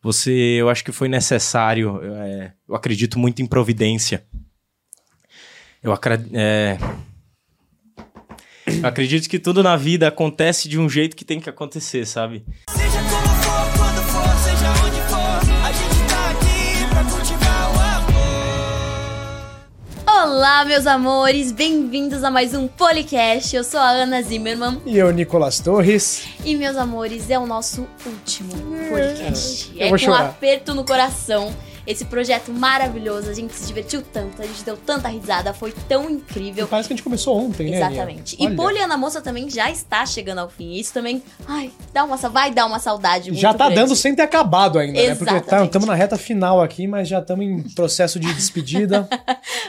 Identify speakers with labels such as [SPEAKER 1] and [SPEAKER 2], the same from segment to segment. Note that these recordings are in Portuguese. [SPEAKER 1] você, eu acho que foi necessário. é, eu acredito muito em providência. Eu, acra- é, eu acredito que tudo na vida acontece de um jeito que tem que acontecer, sabe?
[SPEAKER 2] Seja como for, quando for, seja onde for, a gente tá aqui pra cultivar o amor.
[SPEAKER 3] Olá, meus amores, bem-vindos a mais um Policast. Eu sou a Ana Zimmerman
[SPEAKER 4] E eu, Nicolas Torres.
[SPEAKER 3] e, meus amores, é o nosso último Policast.
[SPEAKER 4] Eu
[SPEAKER 3] é
[SPEAKER 4] vou
[SPEAKER 3] com um
[SPEAKER 4] chorar.
[SPEAKER 3] aperto no coração esse projeto maravilhoso. A gente se divertiu tanto, a gente deu tanta risada, foi tão incrível.
[SPEAKER 4] Parece que a gente começou ontem, né?
[SPEAKER 3] Exatamente. E
[SPEAKER 4] Aninha? Olha,
[SPEAKER 3] Poliana Moça também já está chegando ao fim. Isso também, ai, dá uma, sa- vai dar uma saudade muito
[SPEAKER 4] Já tá
[SPEAKER 3] grande.
[SPEAKER 4] dando sem ter acabado ainda, né? Porque
[SPEAKER 3] Exatamente.
[SPEAKER 4] estamos na reta final aqui, mas já estamos em processo de despedida.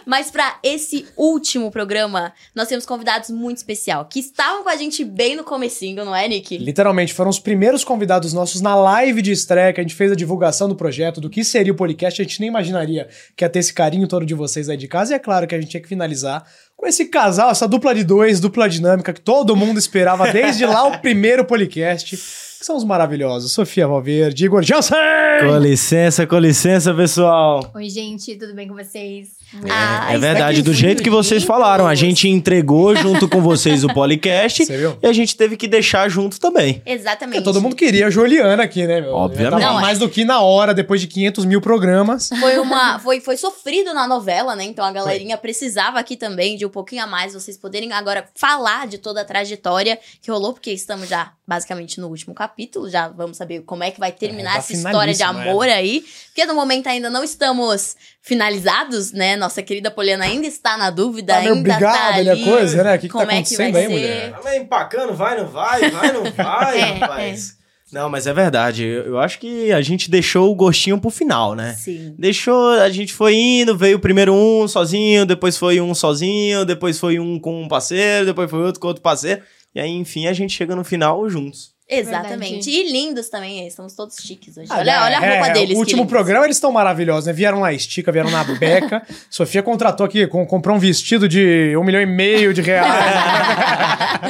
[SPEAKER 3] Mas pra esse último programa, nós temos convidados muito especial, que estavam com a gente bem no comecinho, não é, Nick?
[SPEAKER 4] Literalmente, foram os primeiros convidados nossos na live de estreia que a gente fez a divulgação do projeto, do que seria o podcast. A gente nem imaginaria que ia ter esse carinho todo de vocês aí de casa. E é claro que a gente tinha que finalizar com esse casal, essa dupla de dois, dupla dinâmica que todo mundo esperava desde lá o primeiro podcast. Que são os maravilhosos Sofia Valverde, Igor Jansen!
[SPEAKER 1] Com licença, com licença, pessoal.
[SPEAKER 5] Oi, gente, tudo bem com vocês?
[SPEAKER 3] Ah,
[SPEAKER 1] é
[SPEAKER 3] isso
[SPEAKER 1] verdade,
[SPEAKER 3] aqui
[SPEAKER 1] do jeito que vocês
[SPEAKER 3] lindos.
[SPEAKER 1] falaram, a gente entregou junto com vocês o podcast
[SPEAKER 4] Você viu?
[SPEAKER 1] e a gente teve que deixar junto também.
[SPEAKER 3] Exatamente.
[SPEAKER 4] Porque todo mundo queria a Juliana aqui, né, meu?
[SPEAKER 1] Obviamente.
[SPEAKER 4] Já tava
[SPEAKER 3] Não, é.
[SPEAKER 4] mais do que na hora, depois de 500 mil programas.
[SPEAKER 3] Foi, uma, foi, foi sofrido na novela, né? Então a galerinha precisava aqui também de um pouquinho a mais, vocês poderem agora falar de toda a trajetória que rolou, porque estamos já basicamente no último capítulo, já vamos saber como é que vai terminar
[SPEAKER 4] tá
[SPEAKER 3] essa história de
[SPEAKER 4] finalíssimo,
[SPEAKER 1] é.
[SPEAKER 3] amor aí. Porque no momento ainda não estamos finalizados, né? Nossa querida Poliana ainda está na dúvida,
[SPEAKER 4] Tá meio
[SPEAKER 3] ainda tá
[SPEAKER 4] brigada,
[SPEAKER 3] ali.
[SPEAKER 4] né, coisa, né? O que que tá
[SPEAKER 3] como é que vai
[SPEAKER 4] acontecendo aí,
[SPEAKER 3] ser?
[SPEAKER 4] mulher?
[SPEAKER 1] Ela é empacando, vai, não vai, vai, não vai,
[SPEAKER 5] É,
[SPEAKER 1] rapaz. Não, mas é verdade. Eu eu acho que a gente deixou o gostinho pro final, né?
[SPEAKER 3] Sim.
[SPEAKER 1] Deixou, a gente foi indo, veio primeiro um sozinho, depois foi um sozinho, depois foi um com um parceiro, depois foi outro com outro parceiro. E aí, enfim, a gente chega no final juntos.
[SPEAKER 3] Exatamente. E lindos também, estamos todos chiques hoje.
[SPEAKER 4] Ah,
[SPEAKER 3] olha, olha a
[SPEAKER 4] é,
[SPEAKER 3] roupa deles.
[SPEAKER 4] O
[SPEAKER 3] que
[SPEAKER 4] último
[SPEAKER 3] lindos.
[SPEAKER 4] programa eles estão maravilhosos, né? Vieram na estica, vieram na beca. Sofia contratou aqui, com- comprou um vestido de um milhão e meio de reais.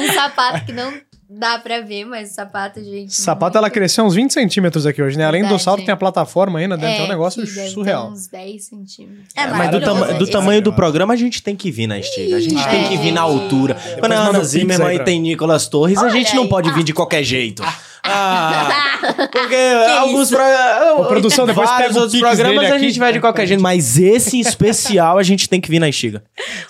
[SPEAKER 5] Um sapato que não dá pra ver, mas o sapato, gente.
[SPEAKER 4] Sapato, ela
[SPEAKER 5] muito-
[SPEAKER 4] cresceu uns 20 centímetros aqui hoje, né? Além do
[SPEAKER 5] Verdade,
[SPEAKER 4] salto,
[SPEAKER 5] hein?
[SPEAKER 4] tem a plataforma ainda dentro. É, um negócio
[SPEAKER 5] que deve ter
[SPEAKER 4] surreal.
[SPEAKER 5] Uns 10 centímetros.
[SPEAKER 3] É,
[SPEAKER 1] Mas do,
[SPEAKER 3] maravilhoso,
[SPEAKER 1] tama-
[SPEAKER 3] né?
[SPEAKER 1] do
[SPEAKER 3] Esse-
[SPEAKER 1] tamanho do programa, a gente tem que vir na estiga. A gente
[SPEAKER 4] Ih,
[SPEAKER 1] tem que
[SPEAKER 5] é.
[SPEAKER 1] vir na altura. Quando a
[SPEAKER 4] manda um
[SPEAKER 1] Ana
[SPEAKER 4] pix
[SPEAKER 1] Zimmerman
[SPEAKER 4] aí
[SPEAKER 1] e
[SPEAKER 4] pra-
[SPEAKER 1] tem Nicolas Torres, a
[SPEAKER 3] Olha
[SPEAKER 1] gente não
[SPEAKER 3] aí.
[SPEAKER 1] pode vir de qualquer jeito. Ah, porque alguns
[SPEAKER 3] isso?
[SPEAKER 1] pro-
[SPEAKER 4] Ô, produção, depois
[SPEAKER 1] vários
[SPEAKER 4] pega o
[SPEAKER 1] outros
[SPEAKER 4] pix
[SPEAKER 1] programas
[SPEAKER 4] dele
[SPEAKER 1] a
[SPEAKER 4] aqui.
[SPEAKER 1] gente vai de qualquer jeito. Mas esse em especial, a gente tem que vir na estiga.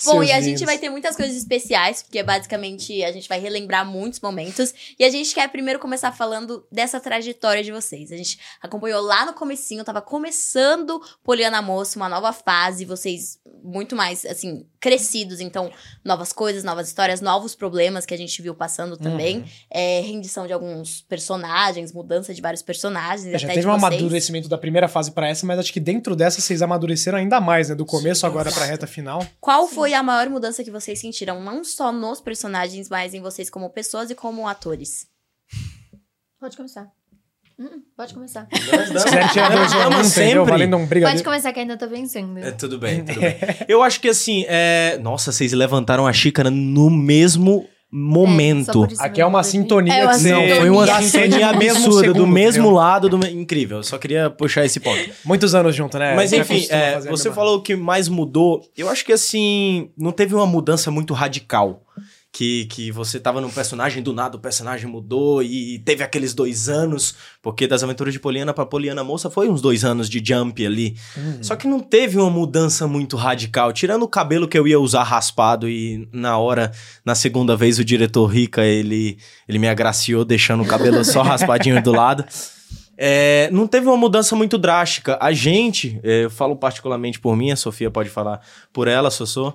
[SPEAKER 3] Bom,
[SPEAKER 4] Seus
[SPEAKER 3] e a
[SPEAKER 4] lindos.
[SPEAKER 3] gente vai ter muitas coisas especiais, porque basicamente a gente vai relembrar muitos momentos. E a gente quer primeiro começar falando dessa trajetória de vocês. A gente acompanhou lá no comecinho, tava começando Poliana Moça, uma nova fase, vocês muito mais, assim, crescidos. Então, novas coisas, novas histórias, novos problemas que a gente viu passando também.
[SPEAKER 4] Uhum.
[SPEAKER 3] É, rendição de alguns personagens, mudança de vários personagens.
[SPEAKER 4] É, já
[SPEAKER 3] até
[SPEAKER 4] teve
[SPEAKER 3] de
[SPEAKER 4] um
[SPEAKER 3] vocês.
[SPEAKER 4] amadurecimento da primeira fase pra essa, mas acho que dentro dessa vocês amadureceram ainda mais, né? Do começo agora pra
[SPEAKER 3] exato.
[SPEAKER 4] reta final.
[SPEAKER 3] Qual foi a maior mudança que vocês sentiram? Não só nos personagens, mas em vocês como pessoas e como atores.
[SPEAKER 5] Pode começar. Hum, pode começar.
[SPEAKER 4] Se quiser tirar dois ou um,
[SPEAKER 1] Ama
[SPEAKER 4] entendeu?
[SPEAKER 1] sempre.
[SPEAKER 4] Valendo um
[SPEAKER 5] Pode
[SPEAKER 4] brigadeiro.
[SPEAKER 5] começar que ainda tô pensando.
[SPEAKER 1] É, tudo bem, tudo bem. Eu acho que assim, é... nossa, vocês levantaram a xícara no mesmo momento.
[SPEAKER 4] Aqui é uma
[SPEAKER 5] um.
[SPEAKER 4] sintonia
[SPEAKER 3] É uma
[SPEAKER 4] que você-
[SPEAKER 1] Não, foi uma
[SPEAKER 4] Dá sede
[SPEAKER 1] sintonia
[SPEAKER 4] assim, no mesmo
[SPEAKER 1] absurda, do
[SPEAKER 4] segundo,
[SPEAKER 1] mesmo
[SPEAKER 4] entendeu?
[SPEAKER 1] lado, do... me- incrível. Eu só queria puxar esse ponto.
[SPEAKER 4] Muitos anos junto, né?
[SPEAKER 1] Mas
[SPEAKER 4] Já
[SPEAKER 1] enfim,
[SPEAKER 4] costuma
[SPEAKER 1] é,
[SPEAKER 4] fazer a
[SPEAKER 1] você
[SPEAKER 4] mesma-
[SPEAKER 1] falou que mais mudou. Eu acho que assim, não teve uma mudança muito radical. Que, que você tava num personagem, do nada o personagem mudou e teve aqueles dois anos, porque das aventuras de Poliana pra Poliana Moça foi uns dois anos de jump ali.
[SPEAKER 4] Hum.
[SPEAKER 1] Só que não teve uma mudança muito radical. Tirando o cabelo que eu ia usar raspado e na hora, na segunda vez, o diretor Rica, ele, ele me agraciou deixando o cabelo só raspadinho do lado. É, não teve uma mudança muito drástica. A gente, é, eu falo particularmente por mim, a Sofia pode falar por ela, Sossô.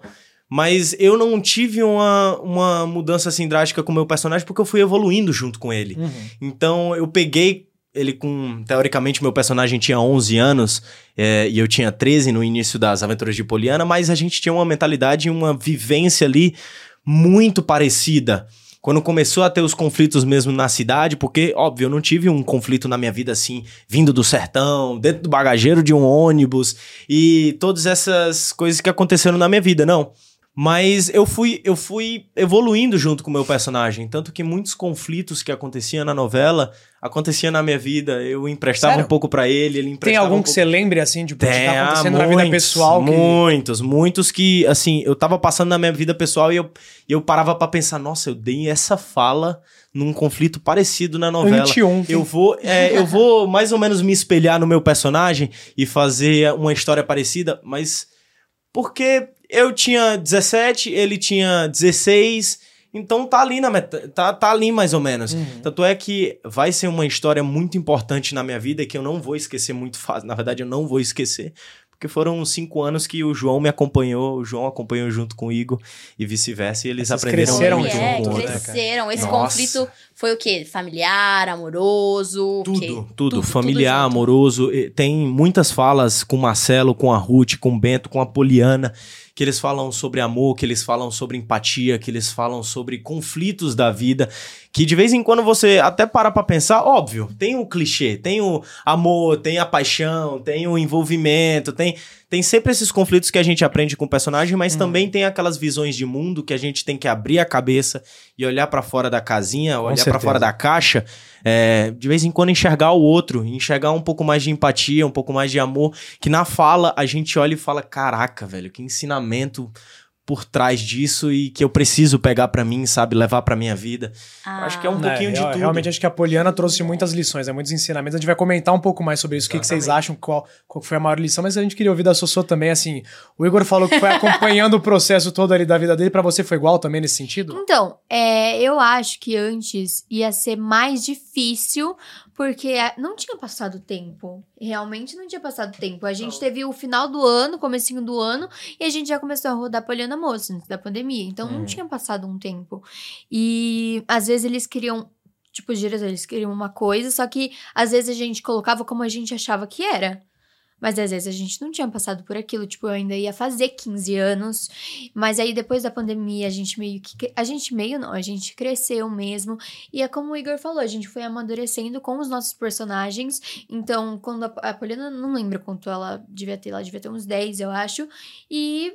[SPEAKER 1] Mas eu não tive uma, uma mudança assim drástica com o meu personagem porque eu fui evoluindo junto com ele.
[SPEAKER 4] Uhum.
[SPEAKER 1] Então eu peguei ele com. Teoricamente, meu personagem tinha 11 anos é, e eu tinha 13 no início das Aventuras de Poliana, mas a gente tinha uma mentalidade e uma vivência ali muito parecida. Quando começou a ter os conflitos mesmo na cidade, porque, óbvio, eu não tive um conflito na minha vida assim, vindo do sertão, dentro do bagageiro de um ônibus e todas essas coisas que aconteceram na minha vida, não. Mas eu fui, eu fui evoluindo junto com o meu personagem. Tanto que muitos conflitos que aconteciam na novela aconteciam na minha vida. Eu emprestava
[SPEAKER 4] Sério?
[SPEAKER 1] um pouco pra ele, ele
[SPEAKER 4] Tem
[SPEAKER 1] emprestava. um
[SPEAKER 4] algum que
[SPEAKER 1] pouco...
[SPEAKER 4] você lembre, assim, de
[SPEAKER 1] Tem,
[SPEAKER 4] que tá acontecendo
[SPEAKER 1] ah,
[SPEAKER 4] na vida
[SPEAKER 1] muitos,
[SPEAKER 4] pessoal? que-
[SPEAKER 1] Muitos, muitos que, assim, eu tava passando na minha vida pessoal e eu, e eu parava pra pensar, nossa, eu dei essa fala num conflito parecido na novela.
[SPEAKER 4] Anteontem.
[SPEAKER 1] Eu vou, é, eu vou mais ou menos me espelhar no meu personagem e fazer uma história parecida, mas porque eu tinha 17, ele tinha 16, então tá ali na meta, tá, tá ali mais ou menos.
[SPEAKER 4] Uhum.
[SPEAKER 1] Tanto é que vai ser uma história muito importante na minha vida que eu não vou esquecer muito fácil. Na verdade, eu não vou esquecer. Porque foram cinco anos que o João me acompanhou, o João acompanhou junto com o Igor e vice-versa, e eles
[SPEAKER 4] Vocês
[SPEAKER 1] aprenderam
[SPEAKER 4] cresceram né,
[SPEAKER 1] muito.
[SPEAKER 3] é,
[SPEAKER 1] um com o outro.
[SPEAKER 3] cresceram. Esse
[SPEAKER 1] Nossa.
[SPEAKER 3] conflito foi o quê? Familiar, amoroso? o
[SPEAKER 1] Tudo,
[SPEAKER 3] quê?
[SPEAKER 1] tudo, Familiar,
[SPEAKER 3] junto.
[SPEAKER 1] amoroso. E Tem muitas falas com o Marcelo, com a Ruth, com o Bento, com a Poliana, que eles falam sobre amor, que eles falam sobre empatia, que eles falam sobre conflitos da vida. Que de vez em quando você até para pra pensar, óbvio, tem o clichê, tem o amor, tem a paixão, tem o envolvimento, tem. Tem sempre esses conflitos que a gente aprende com o personagem, mas também tem aquelas visões de mundo que a gente tem que abrir a cabeça e olhar pra fora da casinha, olhar pra
[SPEAKER 4] certeza.
[SPEAKER 1] fora da caixa, é, de vez em quando enxergar o outro, enxergar um pouco mais de empatia, um pouco mais de amor, que na fala a gente olha e fala, caraca, velho, que ensinamento por trás disso e que eu preciso pegar pra mim, sabe, levar pra minha vida.
[SPEAKER 3] Ah,
[SPEAKER 1] Acho que é um
[SPEAKER 4] É,
[SPEAKER 1] pouquinho de
[SPEAKER 4] eu
[SPEAKER 1] tudo.
[SPEAKER 4] Realmente acho que a Poliana trouxe muitas lições, né? muitos ensinamentos. A gente vai comentar um pouco mais sobre isso, o que, que vocês acham, qual, qual foi a maior lição, mas a gente queria ouvir da Sossô também, assim. O Igor falou que foi acompanhando o processo todo ali da vida dele, pra você foi igual também nesse sentido?
[SPEAKER 5] Então, é, eu acho que antes ia ser mais difícil, porque a- não tinha passado tempo. Realmente não tinha passado tempo. A gente teve o final do ano, comecinho do ano, e a gente já começou a rodar Poliana Moça antes da pandemia. Então não tinha passado um tempo. E às vezes eles queriam. Tipo, os diretores eles queriam uma coisa, só que às vezes a gente colocava como a gente achava que era. Mas às vezes a gente não tinha passado por aquilo. Tipo, eu ainda ia fazer 15 anos. Mas aí depois da pandemia, a gente meio que. cre- A gente meio não, a gente cresceu mesmo. E é como o Igor falou, a gente foi amadurecendo com os nossos personagens. Então, quando a, a Poliana, não lembro quanto ela devia ter, ela devia ter uns 10, eu acho. E.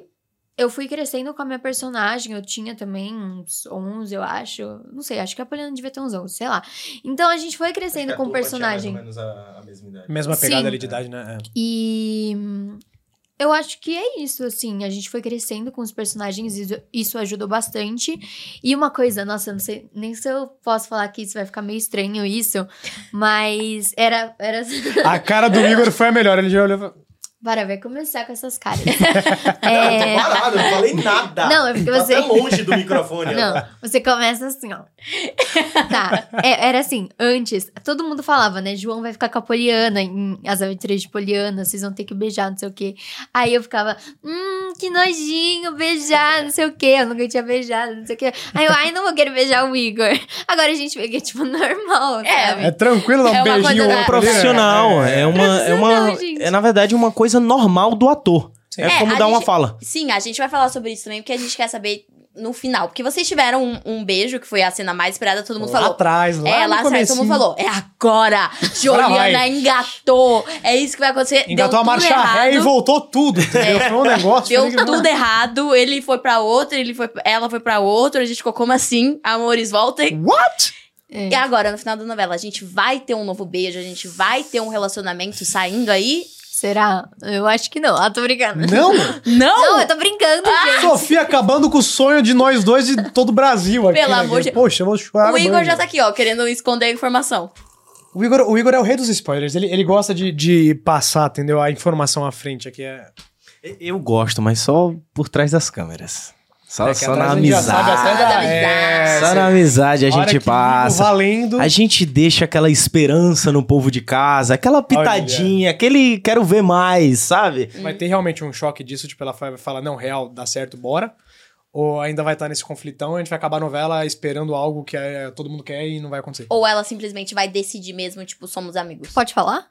[SPEAKER 5] Eu fui crescendo com a minha personagem, eu tinha também uns 11, eu acho. Não sei, acho que a Poliana devia ter uns 11, sei lá. Então a gente foi crescendo com o é personagem.
[SPEAKER 4] Mesma pegada
[SPEAKER 5] Sim.
[SPEAKER 4] ali de idade, né? É.
[SPEAKER 5] E hum, eu acho que é isso, assim. A gente foi crescendo com os personagens, isso, isso ajudou bastante. E uma coisa, nossa, eu não sei nem se eu posso falar que isso vai ficar meio estranho isso, mas era. era...
[SPEAKER 4] A cara do Igor foi a melhor, ele já olhou. e falou,
[SPEAKER 5] Para, vai começar com essas caras. É,
[SPEAKER 1] Parado, Tá não falei nada.
[SPEAKER 5] Não, é porque
[SPEAKER 1] Tá
[SPEAKER 5] você-
[SPEAKER 1] até longe do microfone. ó.
[SPEAKER 5] Não, você começa assim, ó. Tá, é, era assim, antes, todo mundo falava, né? João vai ficar com a Poliana, em As Aventuras de Poliana, vocês vão ter que beijar, não sei o quê. Aí eu ficava, hum, que nojinho, beijar, não sei o quê. Eu nunca tinha beijado, não sei o quê. Aí eu, ai, não vou querer beijar o Igor. Agora a gente fica, tipo, normal,
[SPEAKER 3] É,
[SPEAKER 5] sabe?
[SPEAKER 4] É tranquilo dar um
[SPEAKER 3] É uma coisa
[SPEAKER 4] beijinho
[SPEAKER 3] da-
[SPEAKER 1] É um profissional. É uma. É, uma,
[SPEAKER 5] Profissional, gente.
[SPEAKER 1] é na verdade uma coisa normal do ator.
[SPEAKER 4] Sim.
[SPEAKER 1] É,
[SPEAKER 3] É,
[SPEAKER 1] como
[SPEAKER 3] a
[SPEAKER 1] dar uma
[SPEAKER 3] gente-
[SPEAKER 1] fala.
[SPEAKER 3] Sim, a gente vai falar sobre isso também, porque a gente quer saber no final. Porque vocês tiveram um, um beijo, que foi a cena mais esperada, todo mundo
[SPEAKER 4] Lá
[SPEAKER 3] falou.
[SPEAKER 4] atrás, lá
[SPEAKER 3] é,
[SPEAKER 4] no
[SPEAKER 3] lá atrás todo mundo falou.
[SPEAKER 4] comecinho.
[SPEAKER 3] É agora! Juliana
[SPEAKER 4] vai.
[SPEAKER 3] engatou! É isso que vai acontecer.
[SPEAKER 4] Engatou
[SPEAKER 3] Deu
[SPEAKER 4] a
[SPEAKER 3] tudo
[SPEAKER 4] marcha
[SPEAKER 3] errado. É.
[SPEAKER 4] ré e voltou tudo, entendeu? Foi um negócio.
[SPEAKER 3] Deu
[SPEAKER 4] foi um-
[SPEAKER 3] tudo errado, ele foi pra outra, ele foi, ela foi pra outra, a gente ficou como assim? Amores, voltem.
[SPEAKER 4] What?
[SPEAKER 5] É.
[SPEAKER 3] E agora, no final da novela, a gente vai ter um novo beijo, a gente vai ter um relacionamento saindo aí?
[SPEAKER 5] Será? Eu acho que não. Ah, tô brincando.
[SPEAKER 4] Não!
[SPEAKER 3] Não!
[SPEAKER 5] Não, eu tô brincando,
[SPEAKER 4] Ah!
[SPEAKER 5] gente.
[SPEAKER 4] Sofia acabando com o sonho de nós dois e todo o Brasil aqui.
[SPEAKER 3] Pelo
[SPEAKER 4] né,
[SPEAKER 3] amor
[SPEAKER 4] gente?
[SPEAKER 3] de-
[SPEAKER 4] Poxa, eu vou chorar.
[SPEAKER 3] o Igor
[SPEAKER 4] mano.
[SPEAKER 3] já tá aqui, ó, querendo esconder a informação.
[SPEAKER 4] O Igor, o Igor é o rei dos spoilers. Ele, ele gosta de, de passar, entendeu? A informação à frente aqui. É...
[SPEAKER 1] Eu gosto, mas só por trás das câmeras. Só,
[SPEAKER 4] É que
[SPEAKER 1] só
[SPEAKER 4] atrás
[SPEAKER 1] na
[SPEAKER 4] a gente já sabe
[SPEAKER 1] amizade.
[SPEAKER 4] até da-
[SPEAKER 3] Amizade.
[SPEAKER 1] Só na amizade a
[SPEAKER 4] hora
[SPEAKER 1] gente
[SPEAKER 4] que liga
[SPEAKER 1] passa.
[SPEAKER 4] o Valendo.
[SPEAKER 1] A gente deixa aquela esperança no povo de casa, aquela pitadinha, aquele quero ver mais, sabe?
[SPEAKER 4] Vai ter realmente um choque disso, tipo, ela vai falar, não, real, dá certo, bora. Ou ainda vai estar nesse conflitão e a gente vai acabar a novela esperando algo que é, todo mundo quer e não vai acontecer.
[SPEAKER 3] Ou ela simplesmente vai decidir mesmo, tipo, somos amigos.
[SPEAKER 5] Pode falar?